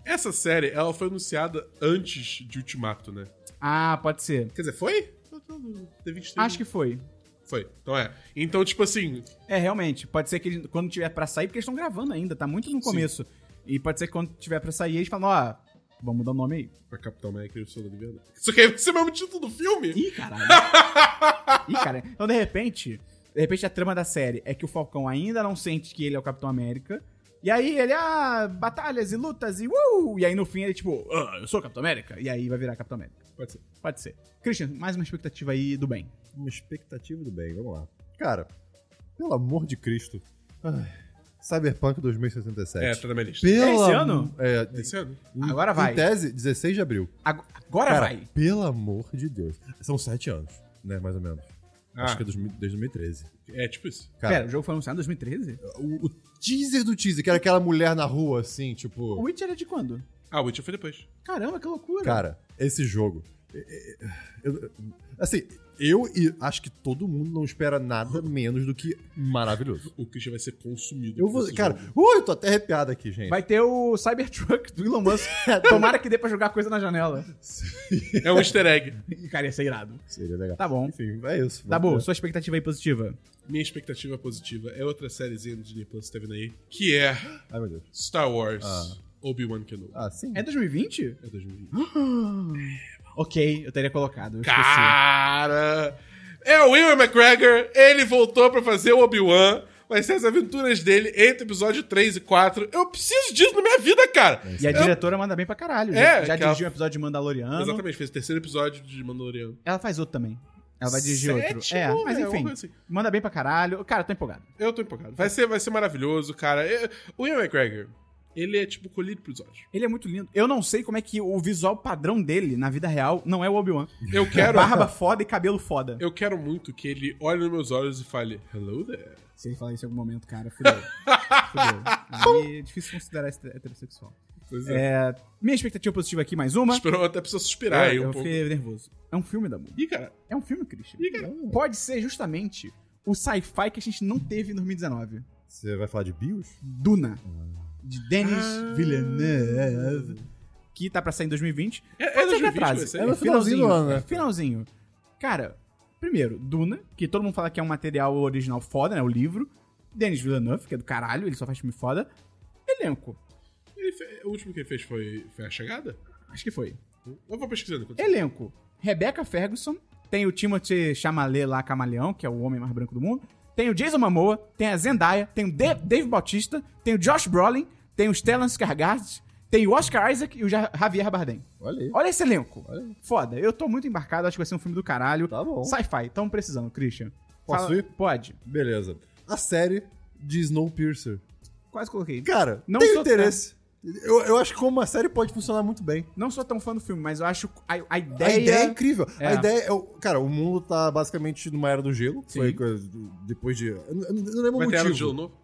C: essa série, ela foi anunciada antes de Ultimato, né?
A: Ah, pode ser.
C: Quer dizer, foi? Eu tô no D23.
A: Acho que foi.
C: Foi. Então é. Então, tipo assim,
A: É, realmente. Pode ser que ele- quando tiver pra sair, porque eles estão gravando ainda, tá muito no começo. E pode ser que quando tiver pra sair, eles falam, ó, vamos mudar o nome aí.
C: pra Capitão América e o Soldado Invernal. Isso aqui vai ser o mesmo título do filme?
A: Ih, caralho. Ih, cara. Então, de repente, de repente a trama da série é que o Falcão ainda não sente que ele é o Capitão América. E aí ele, ah, batalhas e lutas e uh! E aí no fim ele, tipo, ah, eu sou o Capitão América. E aí vai virar Capitão América.
C: Pode ser.
A: Pode ser. Christian, mais uma expectativa aí do bem.
B: Uma expectativa do bem, vamos lá. Cara, pelo amor de Cristo. Ai, Cyberpunk 2067.
C: É, tá na minha lista.
B: Pelo
A: É esse
B: am-
A: ano?
B: É,
C: Esse ano?
B: em-
A: Agora vai.
B: Em tese, 16 de abril.
A: Ag- Agora
B: Cara,
A: vai.
B: pelo amor de Deus. São 7 anos, né, mais ou menos. Acho
C: Ah.
B: que é 2000 desde 2013.
C: É, tipo isso.
A: Pera, o jogo foi anunciado em 2013?
B: O, o teaser do teaser, que era aquela mulher na rua, assim,
A: O
B: tipo.
A: Witcher é de quando?
C: Ah, o Witcher foi depois.
A: Caramba, que loucura.
B: Cara, esse jogo. é, é, é, eu- assim, Eu e acho que todo mundo não espera nada menos do que maravilhoso.
C: O Christian vai ser consumido.
B: Eu
C: por
B: vou,
C: esse
B: cara,
C: jogo.
B: ui, tô até arrepiado aqui, gente.
A: Vai ter o Cybertruck do Elon Musk. Tomara que dê pra jogar coisa na janela.
C: É um easter egg.
A: Ih, Cara, ia ser irado.
B: Seria legal.
A: Tá bom.
B: Enfim, é isso.
A: Tá bom,
B: Vamos ver.
A: sua expectativa aí positiva.
C: Minha expectativa positiva é outra sériezinha do Disney Plus que tá vindo aí, que é
B: Ai, meu Deus.
C: Star Wars
B: Ah.
C: Obi-Wan Kenobi.
B: Ah, sim.
A: É 2020?
C: É 2020.
A: ok, eu teria colocado. Eu esqueci.
C: Cara! É o Ewan McGregor, ele voltou pra fazer o Obi-Wan. Vai ser as aventuras dele entre o episódio 3 e 4. Eu preciso disso na minha vida, cara!
A: E a diretora manda bem pra caralho.
C: É,
A: já já
C: que
A: dirigiu
C: ela-
A: um episódio de Mandaloriano.
C: Exatamente, fez o terceiro episódio de Mandaloriano.
A: Ela faz outro também. Ela vai dirigir outro.
C: Sétimo,
A: É, mas
C: né, alguma
A: enfim.
C: coisa assim.
A: Manda bem pra caralho. Cara, eu tô empolgado.
C: Eu tô empolgado. Vai ser, vai ser maravilhoso, cara. Eu- O Ian McGregor, ele é tipo colhido pros olhos.
A: Ele é muito lindo. Eu não sei como é que o visual padrão dele na vida real não é o Obi-Wan.
C: Eu quero,
A: Barba foda e cabelo foda.
C: eu quero muito que ele olhe nos meus olhos e fale: Hello there.
A: Se ele falar isso em algum momento, cara, fudeu. fudeu. Aí é difícil considerar isso heterossexual.
C: Pois é.
A: É, minha expectativa positiva aqui, mais uma.
C: Esperou até a pessoa suspirar aí
A: É, eu
C: um pouco.
A: fiquei nervoso. É um filme da
C: Ih, cara.
A: É um filme, Christian.
C: Ih, cara.
A: Pode ser justamente o sci-fi que a gente não teve em 2019.
B: Você vai falar de bios?
A: Duna, de Denis
C: Ah.
A: É. Villeneuve, que tá pra sair em 2020.
C: É, é
A: Pode ser que
C: 2020 vai
A: atrase.
C: ser?
B: É no finalzinho do ano, né?
A: é Finalzinho. Cara, primeiro, Duna, que todo mundo fala que é um material original foda, né? O livro. Denis Villeneuve, que é do caralho, ele só faz filme foda. Elenco,
C: Ele fe- O último que ele fez foi, foi a chegada?
A: acho que foi.
C: Eu vou pesquisando.
A: É
C: enquanto
A: Elenco, Rebecca Ferguson, tem o Timothy Chalamet lá, Camaleão, que é o homem mais branco do mundo, tem o Jason Momoa, tem a Zendaya, tem o Da- Dave Bautista, tem o Josh Brolin, tem o Stellan Skarsgård, tem o Oscar Isaac e o Ja- Javier Bardem.
B: Olha aí.
A: Olha esse elenco.
B: Olha aí.
A: Foda. Eu tô muito embarcado, acho que vai ser um filme do caralho.
B: Tá bom.
A: Sci-fi, tamo precisando, Christian.
B: Posso ir?
A: Pode.
B: Beleza. A série de Snowpiercer.
A: Quase coloquei.
B: Cara,
A: Não
B: não
A: sou
B: tenho interesse. Eu, eu acho que como uma série pode funcionar muito bem.
A: Não sou tão fã do filme, mas eu acho a, a
B: A
A: ideia...
B: ideia é incrível.
A: É.
B: A ideia é. o- Cara, o mundo tá basicamente numa era do gelo.
A: Sim.
B: Foi coisa do- depois de. Eu não, eu não lembro o
C: Vai
B: motivo.
C: ter Era de Gelo Novo?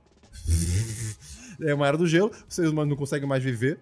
B: É uma era do gelo, os seres humanos não conseguem mais viver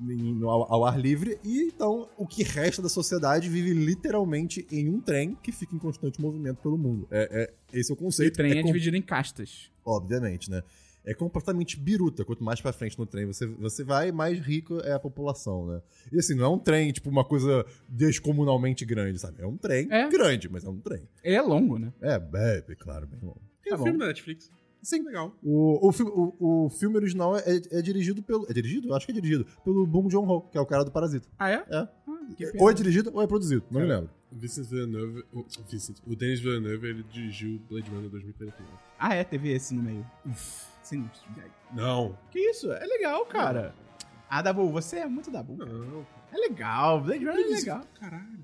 B: em- ao, ao ar livre, e então o que resta da sociedade vive literalmente em um trem que fica em constante movimento pelo mundo. É, é- esse é o
A: O
B: conceito.
A: trem é,
B: com-
A: dividido em castas.
B: Obviamente, né? É completamente biruta. Quanto mais pra frente no trem você, você vai, mais rico é a população, né? E assim, não é um trem, tipo, uma coisa descomunalmente grande, sabe? É um trem
A: É.
B: grande, mas é um trem.
A: Ele é longo, né?
B: É, bebe, claro, bem longo.
C: Tem
A: Tá
C: um
A: bom.
C: filme na Netflix.
B: Sim,
C: Legal.
B: O, o, fi- o, o filme original é, é dirigido pelo. É dirigido? Eu Acho que é dirigido. Pelo Bong Joon Ho, que é o cara do Parasita.
A: Ah, é?
B: É.
A: Ah, que pena.
B: Ou é dirigido ou é produzido, não me
C: É.
B: lembro.
C: O Vincent Villeneuve... O, o Vincent, o Denis Villeneuve, ele dirigiu Blade Runner 2049.
A: Ah, é, teve esse no meio. Sinistro.
C: Não.
A: Que isso? É legal, cara. Ah, Dabu, você é muito Dabu. cara.
C: Não.
A: É legal, Blade Runner é
C: Isso,
A: legal.
C: Caralho.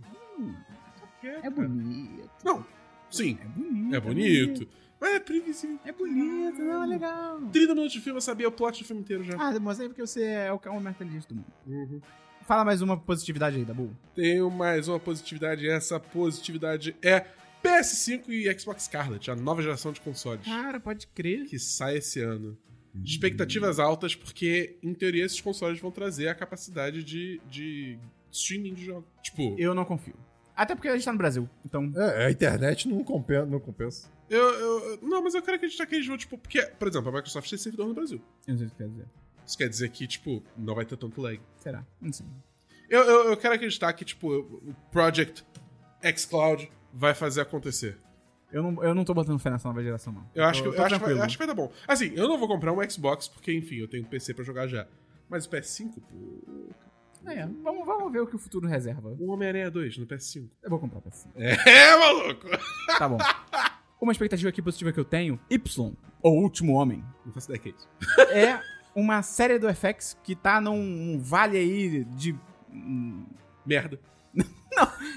A: É bonito.
C: Não. Sim.
A: É bonito.
C: É bonito. Mas é previsível.
A: É bonito, não, é legal.
C: 30 minutos de filme, eu sabia o plot do filme inteiro já.
A: Ah, mas é porque você é o cara mais inteligente do mundo.
C: Uhum.
A: Fala mais uma positividade aí, Dabu.
C: Tenho mais uma positividade. e Essa positividade é PS5 e Xbox Scarlet, a nova geração de consoles.
A: Cara, pode crer.
C: que sai esse ano. Expectativas altas, porque, em teoria, esses consoles vão trazer a capacidade de, de streaming de jogos. Tipo,
A: Eu não confio. Até porque a gente tá no Brasil, então...
B: É, a internet não compensa. Não compensa.
C: eu, eu- Não, mas eu quero acreditar que eles vão, tipo. Porque, por exemplo, a Microsoft tem servidor no Brasil.
A: Eu não sei o que quer dizer.
C: Isso quer dizer que, tipo, não vai ter tanto lag.
A: Será? Não sei.
C: Eu, eu, eu quero acreditar que, tipo, o Project Xcloud vai fazer acontecer.
A: Eu não, eu não tô botando fé nessa nova geração, não.
C: Eu acho, que,
A: tô-
C: eu,
A: tô
C: acho que vai,
A: tranquilo.
C: eu acho que vai dar bom. Assim, eu não vou comprar um Xbox, porque, enfim, eu tenho um PC pra jogar já. Mas o PS5, pô.
A: É, vamos, vamos ver o que o futuro reserva.
C: O Homem-Aranha 2 no PS5.
A: Eu vou comprar pra si.
C: É, maluco!
A: Tá bom. Uma expectativa aqui positiva que eu tenho, Y, ou Último Homem,
C: Não faço ideia que é isso.
A: é uma série do FX que tá num vale aí de... hum,
C: Merda.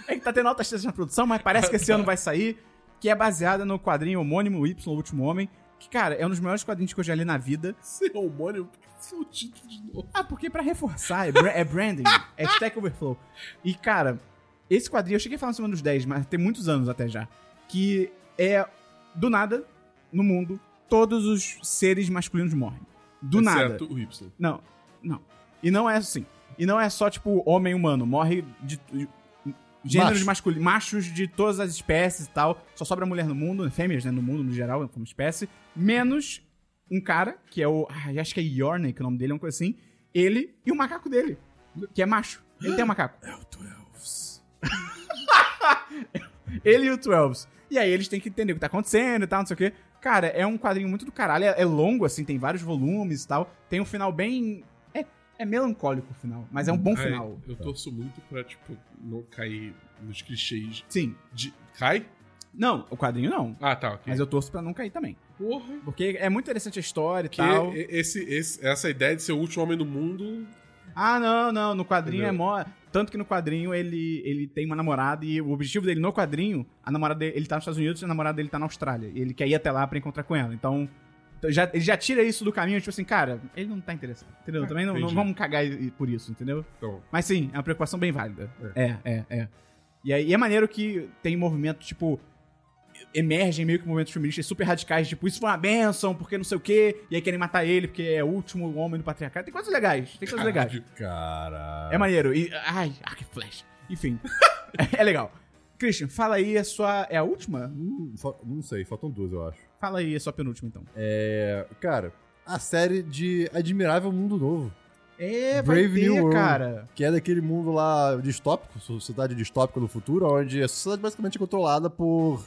A: É que tá tendo altas chances na produção, mas parece que esse ano vai sair, que é baseada no quadrinho homônimo Y, o Último Homem, que, cara, é um dos melhores quadrinhos que eu já li na vida.
C: Ser homônimo, por que isso é o título de novo?
A: Ah, porque pra reforçar, é, bra- é branding, é Stack Overflow. E, cara, esse quadrinho, eu cheguei a falar em cima dos 10, mas tem muitos anos até já, que é, do nada, no mundo, todos os seres masculinos morrem.
C: é
A: Do nada.
C: Exceto o Y.
A: Não, assim. não. E não é assim. E não é só, tipo, homem humano. Morre de. de- gêneros
B: Macho.
A: masculinos, machos de todas as espécies e tal. Só sobra mulher no mundo, fêmeas, né? No mundo, no geral, como espécie. Menos um cara, que é o. Ai, acho que é Yornay, que é o nome dele, é uma coisa assim. Ele e o macaco dele, que é macho. Ele tem um macaco.
C: É o 12.
A: Ele e o 12. E aí eles têm que entender o que tá acontecendo e tal, não sei o quê. Cara, é um quadrinho muito do caralho. É, é longo, assim, tem vários volumes e tal. Tem um final bem. É, é melancólico o final, mas é um bom
C: Ai,
A: final.
C: Eu torço muito pra, tipo, não cair nos clichês
A: Sim.
C: de. Cai?
A: Não, o quadrinho não.
C: Ah, tá, ok.
A: Mas eu torço pra não cair também.
C: Porra.
A: Porque é muito interessante a história e
C: Que
A: tal.
C: e- esse, esse- essa ideia de ser o último homem do mundo.
A: Ah, não, não. No quadrinho
C: Entendeu?
A: é mó. Tanto que no quadrinho ele, ele tem uma namorada e o objetivo dele no quadrinho, a namorada dele ele tá nos Estados Unidos e a namorada dele tá na Austrália. E ele quer ir até lá pra encontrar com ela. Então, então já, ele já tira isso do caminho, tipo assim, cara, ele não tá interessado. Entendeu?
C: Ah,
A: Também não, não
C: entendi.
A: vamos cagar e- e por isso, entendeu?
C: Então,
A: Mas sim, é uma preocupação bem válida. É, é, é. E aí e é maneiro que tem movimentos, tipo. Emergem meio que movimentos feministas super radicais, tipo, isso foi uma benção, porque não sei o quê, e aí querem matar ele, porque é o último homem do patriarcado. Tem coisas legais, tem coisas legais.
B: Caralho.
A: É maneiro. E, ai, arco e flecha. Enfim, é legal. Christian, fala aí a sua. É a última?
B: Hum, fa- Não sei, faltam duas, eu acho.
A: Fala aí a sua penúltima, então.
B: É, cara, a série de Admirável Mundo Novo,
A: É,
B: Brave
A: vai ter,
B: New World.
A: cara.
B: que é daquele mundo lá distópico, sociedade distópica do futuro, onde a sociedade basicamente é controlada por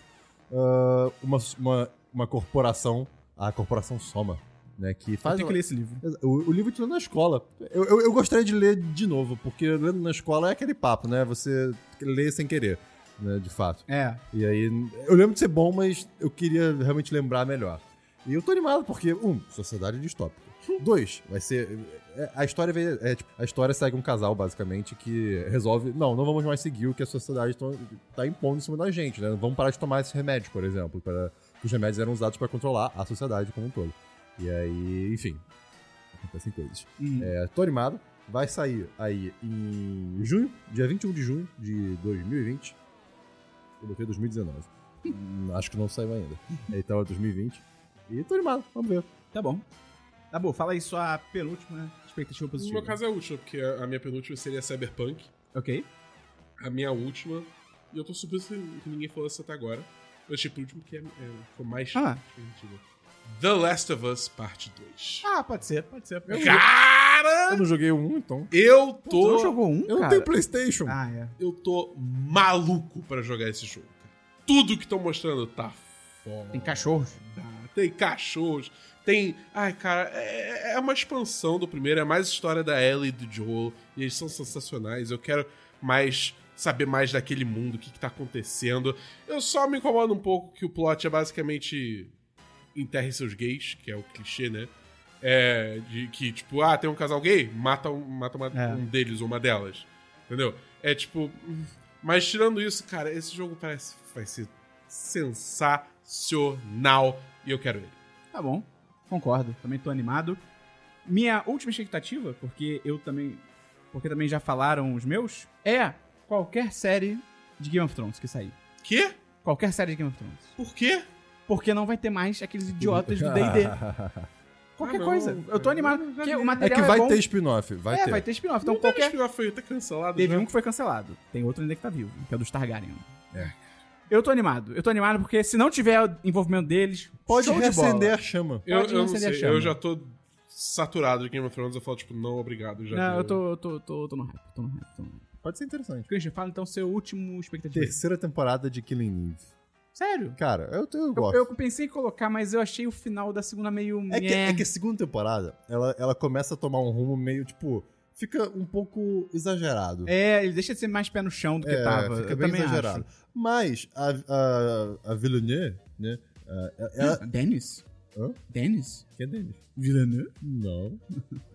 B: ah, uma, uma, uma corporação, a corporação Soma, né, que
A: Eu
B: faz...
A: tenho que ler esse livro.
B: O, o livro tu lê na escola. Eu, eu, eu gostaria de ler de novo, porque lendo na escola é aquele papo, né? Você lê sem querer, né? De fato.
A: É.
B: E aí, eu lembro de ser bom, mas eu queria realmente lembrar melhor. E eu tô animado porque, um, sociedade distópica. Dois, vai ser. é, A história, vai- é, tipo, a história segue um casal, basicamente, que resolve. Não, não vamos mais seguir o que a sociedade to- tá impondo em cima da gente, né? Vamos parar de tomar esses remédios, por exemplo. Para, os remédios eram usados pra controlar a sociedade como um todo. E aí, enfim. Acontecem coisas.
A: Hum.
B: É, tô animado. Vai sair aí em junho, dia 21 de junho de 2020. Eu botei 2019. Hum, Acho que não saiu ainda. Então é 2020. E tô animado, vamos ver.
A: Tá bom. Tá bom, fala aí sua penúltima expectativa
C: no
A: positiva.
C: meu caso é a última, porque a a minha penúltima seria Cyberpunk.
A: Ok.
C: A minha última. E eu tô surpreso que que ninguém falou isso até agora. Eu achei por último que é, é, ficou mais
A: Ah.
C: divertido. The Last of Us Parte 2.
A: Ah, pode ser, pode ser. Eu,
C: Cara!
B: Eu não joguei um, então.
C: Eu
A: tu não
C: tô.
A: jogou um,
B: Eu não
A: cara?
B: tenho PlayStation.
A: Ah, é.
C: Eu tô maluco pra jogar esse jogo. cara. Tudo que estão mostrando tá foda.
A: Tem cachorros.
C: Tem cachorros. Tem. Ai, cara, é, é uma expansão do primeiro. É mais história da Ellie e do Joel. E eles são sensacionais. Eu quero mais. Saber mais daquele mundo, o que, que tá acontecendo. Eu só me incomodo um pouco que o plot é basicamente. Enterre seus gays, que é o clichê, né? É. De que, tipo, ah, tem um casal gay, mata um, mata uma-
A: É.
C: um deles ou uma delas. Entendeu? É tipo. hum. Mas tirando isso, cara, esse jogo parece. Vai ser sensacional. E eu quero ele.
A: Tá bom, concordo. Também tô animado. Minha última expectativa, porque eu também. Porque também já falaram os meus, é qualquer série de Game of Thrones que sair.
C: Quê?
A: Qualquer série de Game of Thrones.
C: Por quê?
A: Porque não vai ter mais aqueles idiotas do DD. Qualquer
C: Ah, não.
A: coisa. Eu tô animado.
C: Eu já
A: Porque
C: vi.
A: o
B: É
A: material
B: que vai
A: bom.
B: ter spin-off, vai
A: é,
B: ter. né?
A: vai ter spin-off. Então
C: Não
A: qualquer.
C: Acho que já foi até cancelado.
A: Teve
C: já.
A: um que foi cancelado. Tem outro ainda que tá vivo, que é o dos Targaryen.
B: É.
A: Eu tô animado. Eu tô animado porque se não tiver o envolvimento deles,
B: Pode
A: show de bola.
B: reacender a chama.
C: Eu,
A: Pode
C: eu não
A: acender a
C: sei,
A: chama.
C: eu já tô saturado de Game of Thrones. Eu falo, tipo, não, obrigado. Já
A: Não,
C: deu.
A: eu tô, eu tô, tô, tô no hype, tô no hype, tô no hype.
B: Pode ser interessante.
A: Christian, fala então seu último expectativa.
B: Terceira temporada de Killing Eve.
A: Sério?
B: Cara, eu, eu
A: Eu,
B: gosto.
A: eu pensei em colocar, mas eu achei o final da segunda meio.
B: É que,
A: nhé.
B: é que a segunda temporada, ela, ela começa a tomar um rumo meio, tipo, fica um pouco exagerado.
A: É, ele deixa de ser mais pé no chão do que
B: É,
A: tava.
B: fica
A: eu
B: bem
A: também
B: exagerado. Mas a, a, a Villeneuve, né? a- ela,
A: acho. Dennis?
B: Hã?
A: Dennis?
B: que é deles?
A: Villeneuve?
B: Não.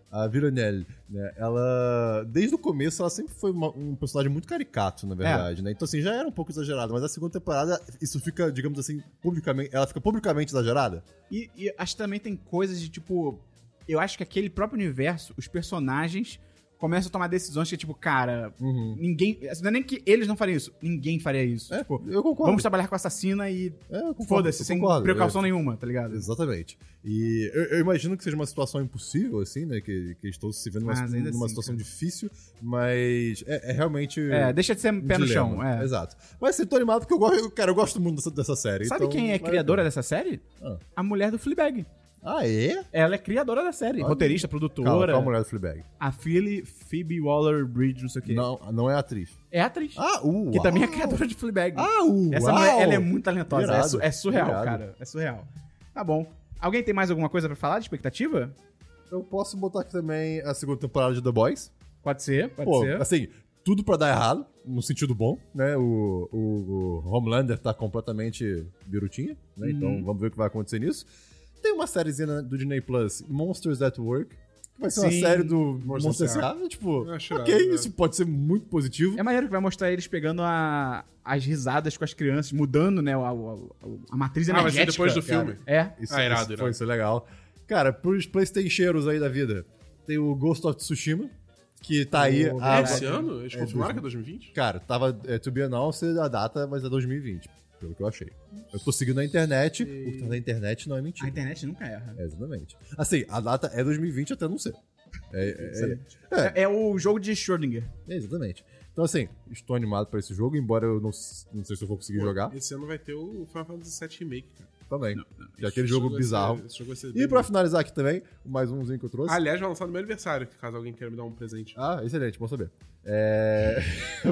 B: A Villanelle, né? Ela. Desde o começo, ela sempre foi uma- um personagem muito caricato,
A: É.
B: na verdade, né? Então, assim, já era um pouco exagerado, mas a segunda temporada, isso fica, digamos assim, publicamente. Ela fica publicamente exagerada?
A: E, e acho que também tem coisas de tipo. Eu acho que aquele próprio universo, os personagens começam a tomar decisões que, tipo, cara,
B: Uhum.
A: ninguém. Não é nem que eles não fariam isso, ninguém faria isso.
B: É,
A: tipo,
B: eu concordo.
A: vamos trabalhar com a assassina e
B: É, eu concordo,
A: foda-se,
B: eu
A: sem
B: concordo,
A: precaução
B: é.
A: nenhuma, tá ligado?
B: Exatamente. E eu, eu imagino que seja uma situação impossível, assim, né? Que, que estou se vendo numa,
A: Mas ainda
B: numa
A: assim,
B: situação difícil, mas é, é realmente.
A: É, deixa de ser
B: um
A: pé no
B: dilema.
A: chão. é.
B: Exato. Mas assim, tô animado porque eu gosto. Cara, eu gosto muito dessa, dessa série.
A: Sabe
B: então-
A: quem é
B: mas-
A: criadora dessa série?
B: Ah.
A: A mulher do Fleabag.
B: Ah, é?
A: Ela é criadora da série.
B: Olha.
A: Roteirista,
B: Calma,
A: produtora.
B: calma, mulher do Fleabag.
A: a Philly, Phoebe Waller-Bridge, não sei o quê.
B: Não, não é a atriz.
A: É atriz.
B: Ah, o.
A: que também é criadora de Fleabag.
B: Ah, o.
A: Essa mulher, ela é muito talentosa. É,
B: Irado.
A: su- é surreal,
B: Irado.
A: cara. É surreal. Tá bom. Alguém tem mais alguma coisa pra falar de expectativa?
B: Eu posso botar aqui também a segunda temporada de The Boys.
A: Pode ser, pode
B: Pô,
A: ser.
B: assim, tudo pra dar errado, no sentido bom, né? O, o, o Homelander tá completamente birutinha, né?
C: Uhum.
B: Então vamos ver o que vai acontecer nisso. Tem uma sériezinha na- do Disney Plus, Monsters at Work, que vai ser
A: Sim.
B: uma série do
C: Monsters
B: Monsters
C: S.A..
B: S.A. Tipo,
C: Eu acho
B: ok,
C: irado, né?
B: isso pode ser muito positivo.
A: É maneiro que vai mostrar eles pegando a- as risadas com as crianças, mudando, né, a, a- a matriz
C: Ah, vai ser
A: é energética.
C: depois do
A: cara.
C: filme.
A: É.
B: Isso,
C: Ah, irado,
B: isso,
C: irado.
B: Foi, isso é legal. Cara, pros PlayStation aí da vida, tem o Ghost of Tsushima, que tá aí...
A: Oh,
B: há-
A: Ah,
C: é esse ano? Eles
B: é
C: confirmaram que é 2020?
B: Cara, tava é, to be announced a data, mas é 2020, pelo que eu achei. Eu tô seguindo na internet, o que tá na internet não é
A: A
B: mentira.
A: internet nunca erra.
B: É, exatamente. Assim, a data é 2020 até não ser. É, é, é-
A: É, é o jogo de Schrödinger.
B: é, exatamente. Então, assim, estou animado pra esse jogo, embora eu não, s- não sei se eu vou conseguir jogar
C: Esse ano vai ter o Final Fantasy VII Remake, cara.
B: também. Que é
C: Esse
B: aquele jogo
C: vai ser-
B: bizarro.
C: esse jogo vai ser
B: E
C: bem
B: pra
C: bom.
B: finalizar aqui também, mais umzinho que eu trouxe.
C: Aliás, vai lançar no meu aniversário, caso alguém queira me dar um presente.
B: Ah, excelente, bom saber. É.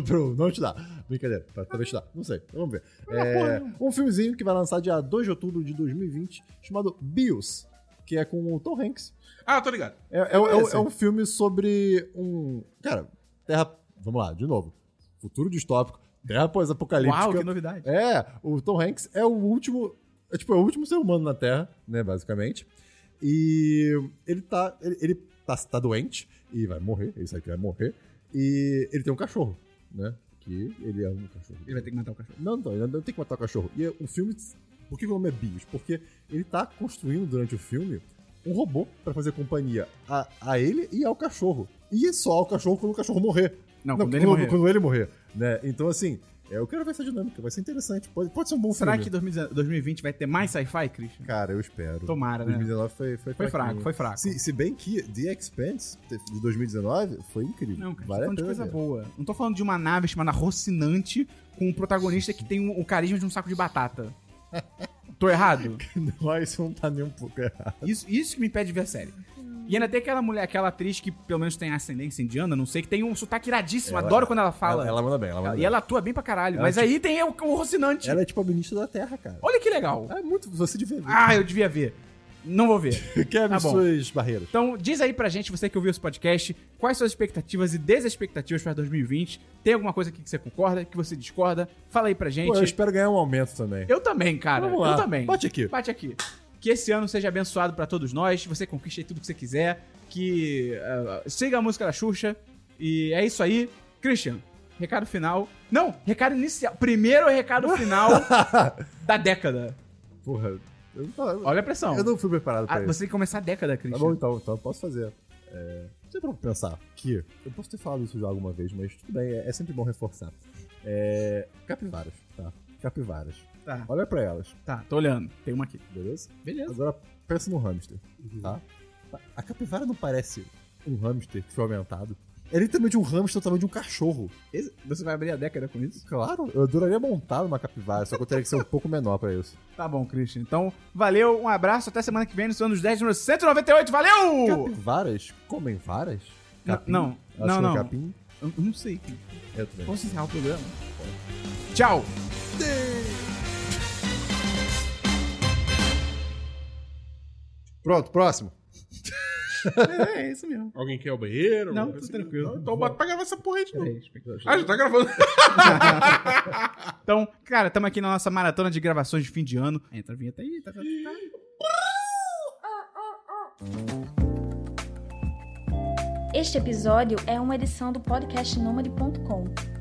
B: Bro, não te dá. Brincadeira, pra- talvez te dá. Não sei, vamos ver. É, um filmezinho que vai lançar dia 2 de outubro de 2020, chamado Bios, que é com o Tom Hanks.
C: Ah, tô ligado.
B: É, é- é- é
C: Esse.
B: um filme sobre um. Cara, terra. Vamos lá, de novo. Futuro distópico, terra
A: Uau, que
B: pós-apocalíptica.
A: novidade.
B: É, o Tom Hanks é o último. É, tipo, é o último ser humano na Terra, né, basicamente. E ele tá. Ele, ele tá, tá doente e vai morrer, ele sabe que vai morrer. E ele tem um cachorro, né? Que ele é um cachorro.
A: Ele vai ter que matar o cachorro.
B: Não, não, ele não tem que matar o cachorro. E é- o filme. Por que o nome é Bios? Porque ele tá construindo durante o filme um robô pra fazer companhia a, a ele e ao cachorro. E só ao cachorro quando o cachorro morrer.
A: Não,
B: Não,
A: quando ele morrer.
B: quando ele morrer, né? Então, assim, é, eu quero ver essa dinâmica, vai ser interessante. Pode, pode ser um bom
A: Será
B: filme.
A: que 2019 2020 vai ter mais sci-fi, Christian?
B: Cara, eu espero.
A: Tomara, né?
B: 2019 foi, foi,
A: Foi
B: fraquinho.
A: fraco, foi fraco.
B: Se, se bem que The Expanse de 2019 foi incrível.
A: Não, cara,
B: vale
A: tô falando
B: a
A: de
B: pena
A: coisa
B: ver.
A: boa. Não tô falando de uma nave chamada Rocinante com um protagonista que tem um- o carisma de um saco de batata. tô errado?
B: Não, isso não tá nem um pouco errado.
A: Isso, isso que me impede de ver a série. E ainda tem aquela mulher, aquela atriz que pelo menos tem ascendência indiana, não sei, que tem um sotaque iradíssimo.
B: Ela-
A: adoro quando ela fala.
B: Ela, ela manda bem, ela manda
A: e
B: bem.
A: ela atua bem pra caralho.
B: Ela
A: mas
B: tipo-
A: aí tem o, o Rocinante.
B: Ela é tipo a ministra da Terra, cara.
A: Olha que legal.
B: É muito, você devia ver.
A: Ah, eu devia ver. Não vou ver.
B: Quebre
A: tá bom.
B: suas barreiras.
A: Então, diz aí pra gente, você que ouviu esse podcast, quais suas expectativas e desexpectativas pra 2020? Tem alguma coisa aqui que você concorda, que você discorda? Fala aí pra gente.
B: Pô, eu
A: eu,
B: espero ganhar um aumento também.
A: também, cara.
B: Vamos lá.
A: Eu também.
B: Bate aqui.
A: Bate aqui. Que esse ano seja abençoado pra todos nós, você conquiste aí tudo que você quiser, que ah, siga a música da Xuxa. E é isso aí. Christian, recado final. Não, recado inicial. Primeiro recado final da década.
B: Porra, eu não, tava-
A: Olha a pressão.
B: eu não fui preparado pra
A: Ah,
B: isso.
A: você tem que começar a década,
B: Tá
A: Christian.
B: bom, então, então eu posso fazer. É, você pra pensar que eu posso ter falado isso já alguma vez, mas tudo bem, é, é sempre bom reforçar. É, capivaras, tá? Capivaras.
A: Tá,
B: Olha pra elas,
A: tá, tô olhando. Tem uma aqui.
B: beleza?
A: Beleza. Uhum.
B: Agora pensa no hamster, tá? A capivara não parece um hamster que foi aumentado. É literalmente um hamster do tamanho de um cachorro.
A: Esse- Você vai abrir a década com isso?
B: Claro, eu adoraria montar uma capivara, só que eu teria que ser um pouco menor pra isso.
A: Tá bom, Christian. Então, valeu, um abraço, até semana que vem, no ano dos 10, número 198, valeu!
B: Capivaras comem varas?
A: Não,
B: Capim?
A: não,
B: Elas
A: não,
B: comem
A: não.
B: capim?
A: Eu não sei.
B: Eu também.
A: Posso encerrar o programa? Tchau!
B: Pronto, próximo.
A: É, é isso mesmo.
C: Alguém quer ir ao banheiro?
A: Não,
C: Alguma
A: tô
C: coisa
A: tranquilo.
C: Então, Então bota pra gravar essa porra aí de novo.
A: Peraí,
C: Ah, já tá gravando.
A: Então, cara, estamos aqui na nossa maratona de gravações de fim de ano. Entra a vinheta aí. Tá, tá, tá.
D: Este episódio é uma edição do podcastnomade.com.